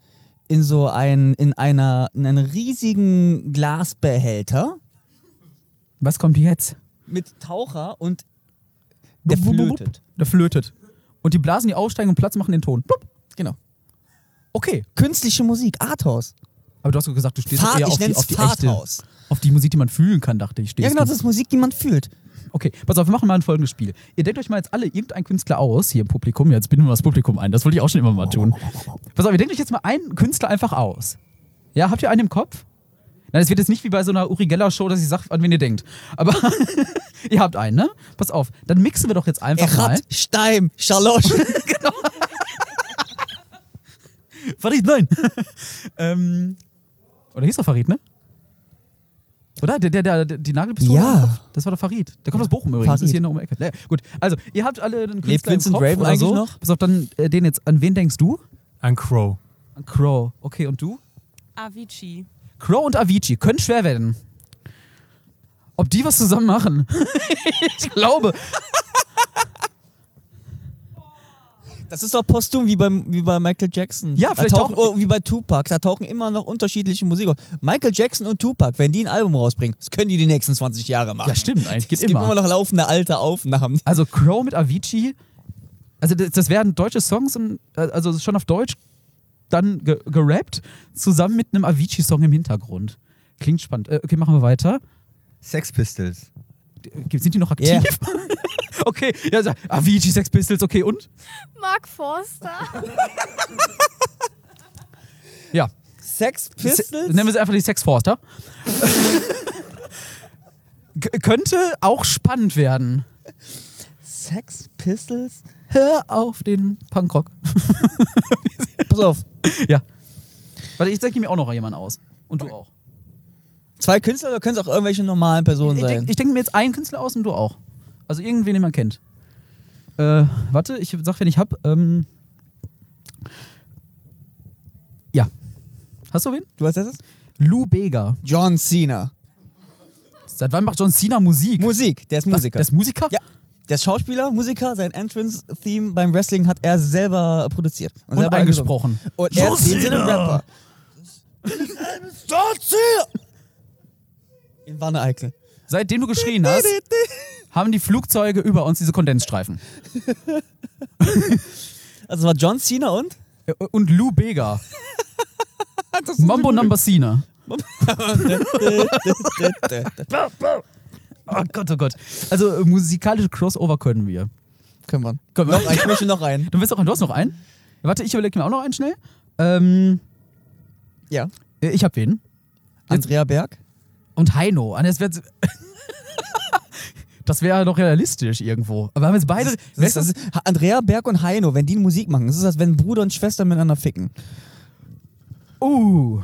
[SPEAKER 3] in so ein, in einer, in einem riesigen Glasbehälter
[SPEAKER 4] Was kommt jetzt?
[SPEAKER 3] mit Taucher und der
[SPEAKER 4] Blub, blub, blub.
[SPEAKER 3] flötet.
[SPEAKER 4] Der flötet. Und die blasen die aussteigen und Platz machen den Ton. Blub.
[SPEAKER 3] Genau.
[SPEAKER 4] Okay.
[SPEAKER 3] Künstliche Musik, Arthouse.
[SPEAKER 4] Aber du hast doch gesagt, du stehst
[SPEAKER 3] Fahrt,
[SPEAKER 4] eher
[SPEAKER 3] ich
[SPEAKER 4] auf die,
[SPEAKER 3] nenn's
[SPEAKER 4] auf die echte,
[SPEAKER 3] Fahrthaus.
[SPEAKER 4] auf die Musik, die man fühlen kann, dachte ich. Stehst
[SPEAKER 3] Ja, genau,
[SPEAKER 4] du.
[SPEAKER 3] das ist Musik, die man fühlt.
[SPEAKER 4] Okay, pass auf, wir machen mal ein folgendes Spiel. Ihr denkt euch mal jetzt alle irgendeinen Künstler aus, hier im Publikum, jetzt binden wir das Publikum ein, das wollte ich auch schon immer mal tun. Pass auf, ihr denkt euch jetzt mal einen Künstler einfach aus. Ja, habt ihr einen im Kopf? Nein, es wird jetzt nicht wie bei so einer Uri Geller Show, dass ich sage, an wen ihr denkt. Aber ihr habt einen, ne? Pass auf, dann mixen wir doch jetzt einfach mal.
[SPEAKER 3] Errat, Steim, Schalosch.
[SPEAKER 4] Farid, nein! ähm, oder hieß doch Farid, ne? Oder? Der, der, der, die Nagelpistole?
[SPEAKER 3] Ja.
[SPEAKER 4] Das war doch Farid. Der kommt aus Bochum übrigens. Das ist
[SPEAKER 3] Farid.
[SPEAKER 4] hier noch um die Ecke. Ja, gut, also, ihr habt alle einen Künstler
[SPEAKER 3] Vincent
[SPEAKER 4] im Kopf
[SPEAKER 3] Raven
[SPEAKER 4] oder
[SPEAKER 3] eigentlich
[SPEAKER 4] so.
[SPEAKER 3] noch?
[SPEAKER 4] Pass auf, dann äh, den jetzt. An wen denkst du?
[SPEAKER 5] An Crow.
[SPEAKER 4] An Crow. Okay, und du?
[SPEAKER 6] Avicii.
[SPEAKER 4] Crow und Avicii können schwer werden. Ob die was zusammen machen? ich glaube.
[SPEAKER 3] Das ist doch posthum wie bei, wie bei Michael Jackson.
[SPEAKER 4] Ja, vielleicht
[SPEAKER 3] da tauchen,
[SPEAKER 4] auch-
[SPEAKER 3] oh, wie bei Tupac. Da tauchen immer noch unterschiedliche Musik auf. Michael Jackson und Tupac, wenn die ein Album rausbringen, das können die die nächsten 20 Jahre machen.
[SPEAKER 4] Ja, stimmt, eigentlich geht
[SPEAKER 3] es gibt
[SPEAKER 4] immer.
[SPEAKER 3] immer noch laufende alte Aufnahmen.
[SPEAKER 4] Also Crow mit Avicii. Also das, das wären deutsche Songs, und, äh, also schon auf Deutsch dann ge gerappt, zusammen mit einem Avicii-Song im Hintergrund. Klingt spannend. Äh, okay, machen wir weiter.
[SPEAKER 7] Sex Pistols.
[SPEAKER 4] Äh, Sind die noch aktiv? Okay, ja, also Avicii, Sex Pistols, okay, und?
[SPEAKER 6] Mark Forster.
[SPEAKER 4] Ja.
[SPEAKER 3] Sex
[SPEAKER 4] Se-
[SPEAKER 3] Pistols?
[SPEAKER 4] Nennen wir sie einfach die Sex Forster. K- könnte auch spannend werden.
[SPEAKER 3] Sex Pistols?
[SPEAKER 4] Hör auf den Punkrock.
[SPEAKER 3] Pass auf.
[SPEAKER 4] Ja. Warte, ich denke mir auch noch jemanden aus. Und du auch.
[SPEAKER 3] Zwei Künstler oder können es auch irgendwelche normalen Personen
[SPEAKER 4] Ich
[SPEAKER 3] sein?
[SPEAKER 4] denke denk mir jetzt einen Künstler aus und du auch. Also irgendwen, den man kennt. Äh, warte, ich sag, wenn ich hab. Ähm ja. Hast du wen?
[SPEAKER 3] du hast das?
[SPEAKER 4] Lou Bega.
[SPEAKER 3] John Cena.
[SPEAKER 4] Seit wann macht John Cena Musik?
[SPEAKER 3] Musik, der ist Musiker.
[SPEAKER 4] Der ist Musiker?
[SPEAKER 3] ja. Der ist Schauspieler, Musiker, sein Entrance-Theme beim Wrestling hat er selber produziert.
[SPEAKER 4] Und
[SPEAKER 3] selber
[SPEAKER 4] eingesprochen.
[SPEAKER 3] gesungen. Und er ist ein Rapper. John Cena! In Wanne Eickel.
[SPEAKER 4] Seitdem du geschrien hast, haben die Flugzeuge über uns diese Kondensstreifen.
[SPEAKER 3] Also war John Cena und?
[SPEAKER 4] Äh, Und Lou Bega. Mambo Number Cena. Oh Gott, oh Gott. Also äh, musikalische Crossover können wir.
[SPEAKER 3] Können wir.
[SPEAKER 4] Können wir.
[SPEAKER 3] Noch einen, ich möchte noch einen.
[SPEAKER 4] Du willst auch, du hast noch einen? Warte, ich überlege mir auch noch einen schnell. Ähm,
[SPEAKER 3] Ja.
[SPEAKER 4] äh, ich hab wen.
[SPEAKER 3] Andrea Berg?
[SPEAKER 4] Und Heino. Und das wäre das wäre doch realistisch irgendwo. Aber haben jetzt beide.
[SPEAKER 3] Das ist, das ist, Andrea Berg und Heino, wenn die Musik machen, das ist als wenn Bruder und Schwester miteinander ficken.
[SPEAKER 4] uh,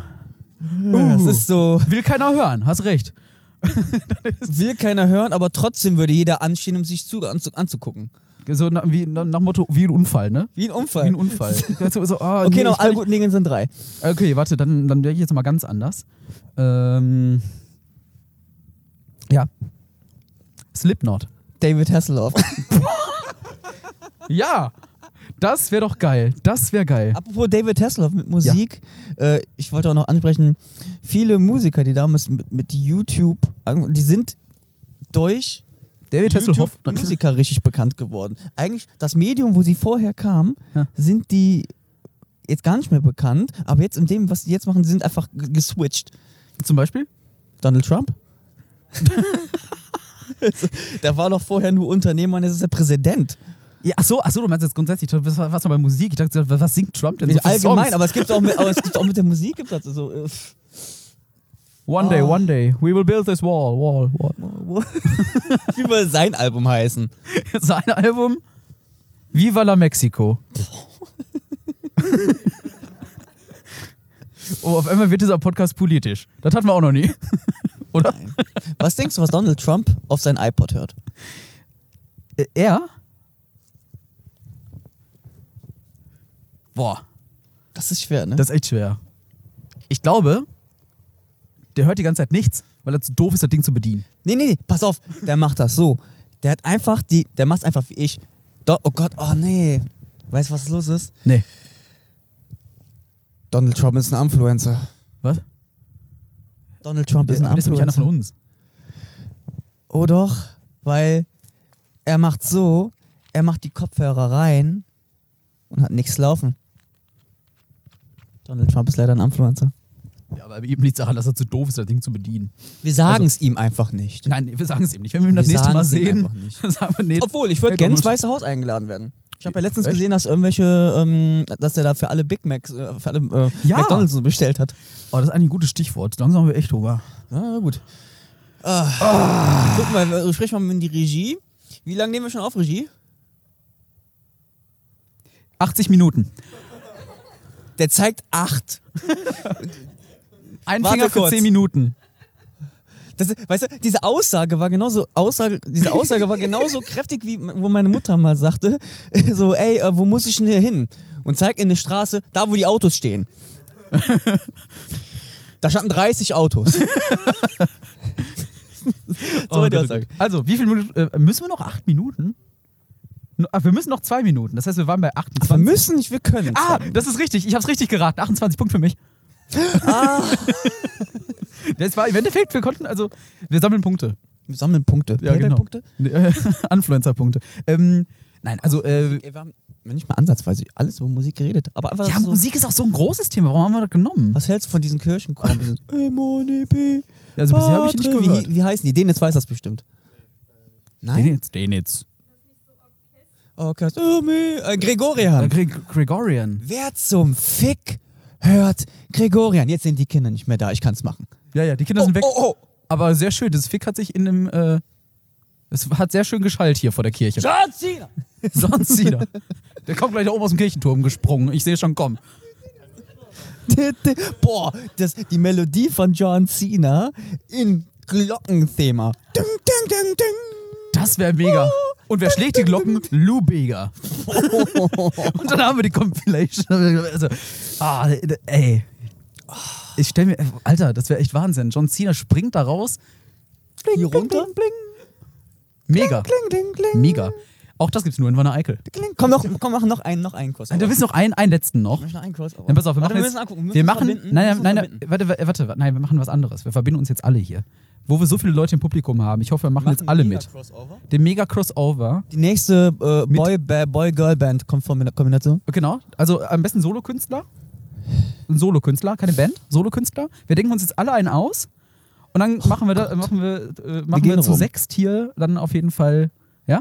[SPEAKER 3] Das ist so,
[SPEAKER 4] will keiner hören. Hast recht.
[SPEAKER 3] will keiner hören, aber trotzdem würde jeder anstehen, um sich zu, anzu, anzugucken.
[SPEAKER 4] So na, wie, na, nach Motto wie ein Unfall, ne?
[SPEAKER 3] Wie ein Unfall.
[SPEAKER 4] Wie ein Unfall. so, so, ah,
[SPEAKER 3] Okay,
[SPEAKER 4] nee,
[SPEAKER 3] noch
[SPEAKER 4] ich kann
[SPEAKER 3] alle guten Dinge sind drei.
[SPEAKER 4] Okay, warte, dann, dann wäre ich jetzt mal ganz anders. Ähm, ja. Slipknot.
[SPEAKER 3] David Hasselhoff.
[SPEAKER 4] Ja! Das wäre doch geil. Das wäre geil.
[SPEAKER 3] Apropos David Hasselhoff mit Musik, äh, ich wollte auch noch ansprechen, viele Musiker, die damals mit, mit YouTube, ange- die sind durch
[SPEAKER 4] David Hasselhoff.
[SPEAKER 3] YouTube-Musiker richtig bekannt geworden. Eigentlich das Medium, wo sie vorher kamen,
[SPEAKER 4] Ja.
[SPEAKER 3] sind die jetzt gar nicht mehr bekannt, aber jetzt in dem, was sie jetzt machen, sie sind einfach g- geswitcht.
[SPEAKER 4] Zum Beispiel?
[SPEAKER 3] Donald Trump? der war doch vorher nur Unternehmer und jetzt ist er Präsident.
[SPEAKER 4] Ja, achso, achso, du meinst jetzt grundsätzlich, was war was war bei Musik? Ich dachte, was singt Trump denn so für
[SPEAKER 3] Allgemein,
[SPEAKER 4] Songs?
[SPEAKER 3] aber es gibt auch mit, aber es gibt auch mit der Musik gibt's also so, äh,
[SPEAKER 4] One day,
[SPEAKER 3] Ah.
[SPEAKER 4] one day, we will build this wall, wall, wall.
[SPEAKER 3] wie will sein Album heißen?
[SPEAKER 4] Sein Album Viva la Mexico. oh, auf einmal wird dieser Podcast politisch. Das hatten wir auch noch nie. Oder?
[SPEAKER 3] Was denkst du, was Donald Trump auf sein iPod hört?
[SPEAKER 4] Äh, Er? Boah,
[SPEAKER 3] Das ist schwer, ne?
[SPEAKER 4] das ist echt schwer. Ich glaube, der hört die ganze Zeit nichts, weil er zu doof ist, das Ding zu bedienen.
[SPEAKER 3] nee, nee, nee, pass auf, der macht das so. Der hat einfach die, der macht einfach wie ich. Do oh Gott, oh nee. Weißt du, was los ist?
[SPEAKER 4] Nee.
[SPEAKER 3] Donald Trump ist ein Influencer.
[SPEAKER 4] Was?
[SPEAKER 3] Donald Trump ist ein
[SPEAKER 4] das ist nämlich einer von
[SPEAKER 3] Influencer.
[SPEAKER 4] uns.
[SPEAKER 3] Oh doch, weil er macht so, er macht die Kopfhörer rein und hat nichts laufen. Donald Trump ist leider ein Influencer.
[SPEAKER 4] Ja, aber eben liegt daran, dass er zu doof ist, das Ding zu bedienen.
[SPEAKER 3] Wir sagen es ihm einfach nicht.
[SPEAKER 4] Nein, wir sagen es ihm nicht. Wenn wir ihn das
[SPEAKER 3] Wir
[SPEAKER 4] nächste Mal
[SPEAKER 3] sagen's ihm
[SPEAKER 4] sehen,
[SPEAKER 3] einfach nicht.
[SPEAKER 4] sagen wir nee.
[SPEAKER 3] Obwohl, ich würde
[SPEAKER 4] Hey,
[SPEAKER 3] gerne ins
[SPEAKER 4] Donald-
[SPEAKER 3] Weiße Haus eingeladen werden. Ich habe ja letztens
[SPEAKER 4] Echt?
[SPEAKER 3] gesehen, dass irgendwelche, ähm, dass er da für alle Big Macs, äh, für alle äh,
[SPEAKER 4] Ja.
[SPEAKER 3] McDonalds so bestellt hat.
[SPEAKER 4] Oh, das ist eigentlich ein gutes Stichwort. Langsam haben wir echt Hunger.
[SPEAKER 3] Ja, na gut. Ah. Guck mal, wir- sprich mal mit die Regie. Wie lange nehmen wir schon auf Regie?
[SPEAKER 4] 80 Minuten.
[SPEAKER 3] Der zeigt acht.
[SPEAKER 4] Ein
[SPEAKER 3] Warte
[SPEAKER 4] Finger für
[SPEAKER 3] kurz.
[SPEAKER 4] 10 Minuten.
[SPEAKER 3] Das, weißt du, diese Aussage war genauso Aussage, diese Aussage war genauso kräftig wie wo meine Mutter mal sagte, so ey, äh, wo muss ich denn hier hin? Und zeig in eine Straße, da wo die Autos stehen. da standen 30 Autos. so war die
[SPEAKER 4] Gott,
[SPEAKER 3] Aussage.
[SPEAKER 4] Gott. also, wie viel Minuten? Äh, müssen wir noch 8 Minuten? No- ah, wir müssen noch 2 Minuten. Das heißt, wir waren bei
[SPEAKER 3] Wir
[SPEAKER 4] 28.
[SPEAKER 3] müssen nicht, wir können.
[SPEAKER 4] ah, das ist richtig. Ich hab's richtig geraten. 28 Punkt für mich.
[SPEAKER 3] Ah.
[SPEAKER 4] Das war im Endeffekt, wir konnten, also, wir sammeln Punkte.
[SPEAKER 3] wir sammeln Punkte. Payback-Punkte?
[SPEAKER 4] Punkte? äh, Influencer-Punkte. Ähm, nein, also äh,
[SPEAKER 3] Ey, wir haben nicht mal ansatzweise alles über Musik geredet, aber einfach
[SPEAKER 4] ja,
[SPEAKER 3] so,
[SPEAKER 4] Musik ist auch so ein großes Thema. Warum haben wir das genommen?
[SPEAKER 3] was hältst du von diesen Kirchenchorn? Dieses, "Ey, Moni, P,
[SPEAKER 4] Also bisher habe ich die nicht
[SPEAKER 3] Patre."
[SPEAKER 4] gehört.
[SPEAKER 3] Wie, wie heißen die? Den jetzt weiß das bestimmt. Nein?
[SPEAKER 4] jetzt, den jetzt.
[SPEAKER 3] Okay. Oh, me- äh, Gregorian.
[SPEAKER 4] Gregorian.
[SPEAKER 3] Wer zum Fick hört Gregorian? Jetzt sind die Kinder nicht mehr da. Ich kann es machen.
[SPEAKER 4] Ja, ja, die Kinder sind weg.
[SPEAKER 3] oh, oh.
[SPEAKER 4] Aber sehr schön. Das Fick hat sich in dem. Äh, es hat sehr schön geschallt hier vor der Kirche.
[SPEAKER 3] John Cena.
[SPEAKER 4] Sonst wieder. Der kommt gleich da oben aus dem Kirchenturm gesprungen. Ich sehe schon kommen.
[SPEAKER 3] Boah, das, die Melodie von John Cena in Glockenthema. Ding, ding, ding, ding.
[SPEAKER 4] Das wäre mega.
[SPEAKER 3] Oh.
[SPEAKER 4] Und wer schlägt die Glocken? Lou Bega. Und dann haben wir die Compilation. Also, ah, ey. Ich stell mir, Alter, das wäre echt Wahnsinn. John Cena springt da raus. Bling,
[SPEAKER 3] Hier runter?
[SPEAKER 4] Mega.
[SPEAKER 3] Kling, kling, kling.
[SPEAKER 4] Mega. Auch das gibt's nur in Wanne Eickel.
[SPEAKER 3] kling. Komm, noch, komm, mach noch einen, noch einen Kurs.
[SPEAKER 4] Da willst du noch einen, einen letzten noch.
[SPEAKER 3] noch einen Kurs. aber-
[SPEAKER 4] Dann pass auf, wir
[SPEAKER 3] Warte,
[SPEAKER 4] machen
[SPEAKER 3] wir
[SPEAKER 4] jetzt,
[SPEAKER 3] müssen angucken.
[SPEAKER 4] wir
[SPEAKER 3] müssen
[SPEAKER 4] machen,
[SPEAKER 3] verbinden,
[SPEAKER 4] nein,
[SPEAKER 3] müssen
[SPEAKER 4] nein, nein,
[SPEAKER 3] verbinden.
[SPEAKER 4] warte, warte, warte, nein, wir machen was anderes. Wir verbinden uns jetzt alle hier. Wo wir so viele Leute im Publikum haben. Ich hoffe, wir machen,
[SPEAKER 3] Wir
[SPEAKER 4] jetzt alle
[SPEAKER 3] einen
[SPEAKER 4] mit.
[SPEAKER 3] Mega-Crossover.
[SPEAKER 4] Den Mega Crossover.
[SPEAKER 3] Die nächste äh, Boy- Ba- Boy-Girl-Band kommt von der Kombination.
[SPEAKER 4] Genau. Also am besten Solokünstler. Ein Solokünstler, keine Band, Solokünstler. Wir denken uns jetzt alle einen aus und dann machen wir da, machen wir, äh, machen wir,
[SPEAKER 3] Oh gehen
[SPEAKER 4] zu
[SPEAKER 3] rum.
[SPEAKER 4] sechst hier dann auf jeden Fall, ja?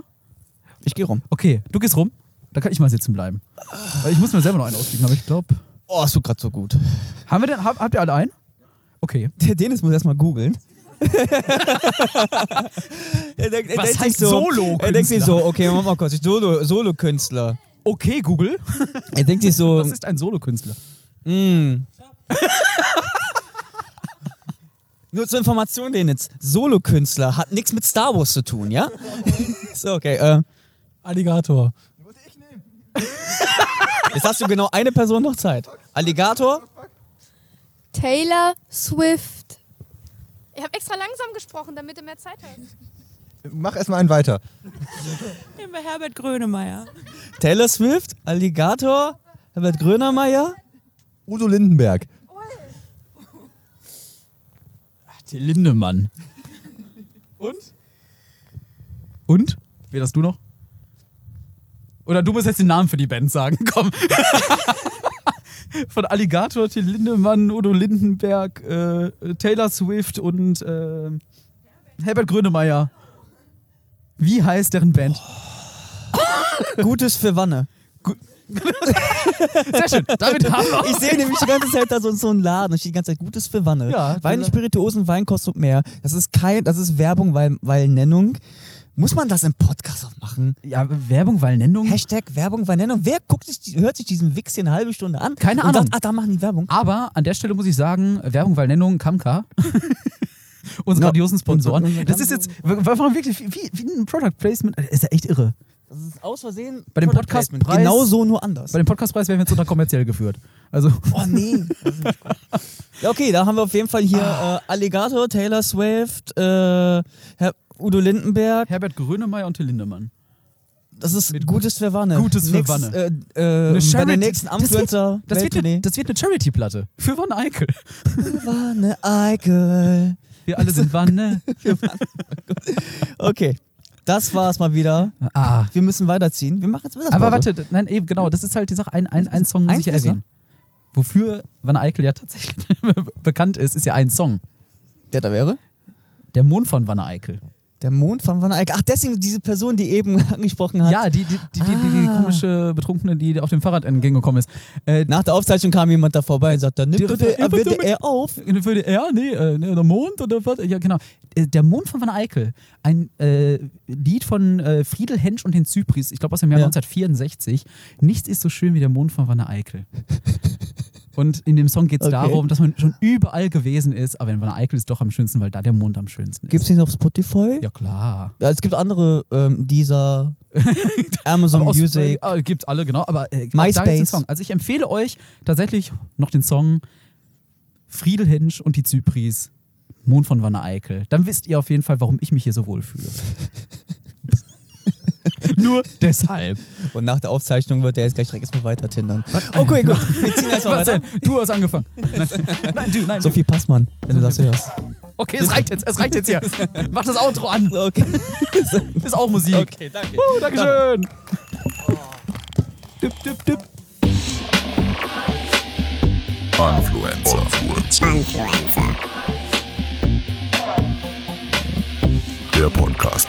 [SPEAKER 3] Ich gehe rum.
[SPEAKER 4] Okay, du gehst rum. Da kann ich mal sitzen bleiben. Weil Ich muss mir selber noch einen ausbiegen, aber ich glaube,
[SPEAKER 3] Oh, hast du gerade so gut.
[SPEAKER 4] Haben wir denn, hab, habt ihr alle einen? Okay.
[SPEAKER 3] Der Dennis muss erstmal googeln. er denkt, er
[SPEAKER 4] Was
[SPEAKER 3] denkt sich
[SPEAKER 4] heißt Solo-Künstler?
[SPEAKER 3] Er denkt sich so, okay, mach mal kurz, ich Solo- Solo-Künstler.
[SPEAKER 4] Okay, Google.
[SPEAKER 3] er denkt sich so,
[SPEAKER 4] Was ist ein Solokünstler?
[SPEAKER 3] mm. Nur zur Information, Dennis, Solo-Künstler hat nichts mit Star Wars zu tun, ja? so, okay, äh,
[SPEAKER 4] Alligator.
[SPEAKER 3] jetzt hast du genau eine Person noch Zeit. Alligator?
[SPEAKER 5] Taylor Swift.
[SPEAKER 6] Ich habe extra langsam gesprochen, damit du mehr Zeit hast.
[SPEAKER 7] Mach erstmal einen weiter.
[SPEAKER 6] Nehmen wir Herbert Grönemeyer.
[SPEAKER 3] Taylor Swift, Alligator, Herbert Grönemeyer.
[SPEAKER 7] Udo Lindenberg.
[SPEAKER 4] Till Lindemann. Und? Und? Wer das du noch? Oder du musst jetzt den Namen für die Band sagen. Komm. Von Alligator, Till Lindemann, Udo Lindenberg, äh, Taylor Swift und äh, Herbert Grönemeyer. Wie heißt deren Band?
[SPEAKER 3] Gutes für Wanne.
[SPEAKER 4] Sehr schön. Damit haben wir
[SPEAKER 3] Ich sehe nämlich die ganze Zeit da so, so einen Laden und steht die ganze Zeit Gutes für Wanne.
[SPEAKER 4] Ja,
[SPEAKER 3] Wein,
[SPEAKER 4] das-
[SPEAKER 3] Spirituosen, Wein kostet mehr. Das ist kein, das ist Werbung, weil, weil Nennung. Muss man das im Podcast auch machen?
[SPEAKER 4] Ja, Werbung, weil Nennung.
[SPEAKER 3] Hashtag Werbung, weil Nennung. Wer guckt sich, die- hört sich diesen Wichs hier eine halbe Stunde an?
[SPEAKER 4] Keine
[SPEAKER 3] und
[SPEAKER 4] Ahnung.
[SPEAKER 3] Sagt, ah, da machen die Werbung.
[SPEAKER 4] Aber an der Stelle muss ich sagen, Werbung, weil Nennung, Kamka. Unsere
[SPEAKER 3] Ja.
[SPEAKER 4] grandiosen
[SPEAKER 3] Und-
[SPEAKER 4] Sponsoren.
[SPEAKER 3] und-
[SPEAKER 4] Das ist jetzt wir- wir machen wirklich wie, wie ein Product Placement. Ist ja echt irre.
[SPEAKER 3] Das ist aus Versehen
[SPEAKER 4] Bei dem
[SPEAKER 3] Product
[SPEAKER 4] Podcast-
[SPEAKER 3] Placement.
[SPEAKER 4] Preis-
[SPEAKER 3] Genau so, nur anders.
[SPEAKER 4] Bei dem Podcastpreis werden wir jetzt unter kommerziell geführt. Also,
[SPEAKER 3] Oh nee. ja, okay, da haben wir auf jeden Fall hier
[SPEAKER 4] Ah.
[SPEAKER 3] äh, Alligator, Taylor Swift, äh, Herr Udo Lindenberg.
[SPEAKER 4] Herbert Grönemeyer und Till Lindemann.
[SPEAKER 3] Das ist Gutes für Wanne.
[SPEAKER 4] Gutes für Wanne.
[SPEAKER 3] Äh, äh, bei den nächsten
[SPEAKER 4] das wird,
[SPEAKER 3] Influencer
[SPEAKER 4] das wird eine, das wird eine Charity-Platte. Für Wanne Eickel.
[SPEAKER 3] Wanne Eickel.
[SPEAKER 4] Wir alle sind Wanne.
[SPEAKER 3] Okay, das war's mal wieder.
[SPEAKER 4] ah.
[SPEAKER 3] Wir müssen weiterziehen. Wir machen jetzt Mittagspause.
[SPEAKER 4] Aber warte, d- nein, eben genau, das ist halt die Sache, ein, ein, ein Song muss
[SPEAKER 3] Eins
[SPEAKER 4] ich ja
[SPEAKER 3] ist, ne?
[SPEAKER 4] erwähnen. Wofür Van Eickel ja tatsächlich bekannt ist, ist ja ein Song.
[SPEAKER 3] Der da wäre?
[SPEAKER 4] Der Mond von Van Eickel.
[SPEAKER 3] Der Mond von Wanne Eickel. Ach, deswegen diese Person, die eben angesprochen hat.
[SPEAKER 4] Ja, die, die, die, die, die, die
[SPEAKER 3] Ah.
[SPEAKER 4] komische Betrunkene, die auf dem Fahrrad entgegengekommen ist. Äh,
[SPEAKER 3] Nach der Aufzeichnung kam jemand da vorbei und sagte, nimmt
[SPEAKER 4] Der-
[SPEAKER 3] bitte,
[SPEAKER 4] der-
[SPEAKER 3] bitte er auf.
[SPEAKER 4] würde er, nee, äh, nee, der Mond oder was? Ja, genau. Äh, Der Mond von Van Eyck, ein äh, Lied von äh, Friedel Hensch und den Zypris, ich glaube aus dem Jahr
[SPEAKER 3] Ja.
[SPEAKER 4] 1964. Nichts ist so schön wie der Mond von Van Eyck. Und in dem Song geht es
[SPEAKER 3] Okay.
[SPEAKER 4] darum, dass man schon überall gewesen ist, aber in Van Eyck ist doch am schönsten, weil da der Mond am schönsten ist.
[SPEAKER 3] Gibt's den auf Spotify?
[SPEAKER 4] ja, klar.
[SPEAKER 3] Ja, es gibt andere, ähm, dieser Amazon
[SPEAKER 4] Aber aus-
[SPEAKER 3] Music.
[SPEAKER 4] Äh, gibt's alle, genau. Aber äh, auch da gibt's den
[SPEAKER 3] MySpace.
[SPEAKER 4] Song. Also ich empfehle euch tatsächlich noch den Song Friedel Hinsch und die Zypris, Mond von Wanne Eickel. Dann wisst ihr auf jeden Fall, warum ich mich hier so wohl fühle. Nur deshalb.
[SPEAKER 3] Und nach der Aufzeichnung wird der jetzt gleich direkt erstmal weiter tindern. Okay, gut. Wir ziehen erstmal
[SPEAKER 4] Was
[SPEAKER 3] weiter.
[SPEAKER 4] denn? Du hast angefangen. Nein, nein du, nein.
[SPEAKER 3] Sophie Passmann, wenn du das hörst.
[SPEAKER 4] du. Okay, es reicht jetzt, es reicht jetzt hier. Mach das Outro an.
[SPEAKER 3] Okay.
[SPEAKER 4] Ist auch Musik. Okay, danke. Uh, Dankeschön. Düpp, düpp, düpp.
[SPEAKER 1] Influencer.
[SPEAKER 2] Influencer.
[SPEAKER 1] Der Podcast.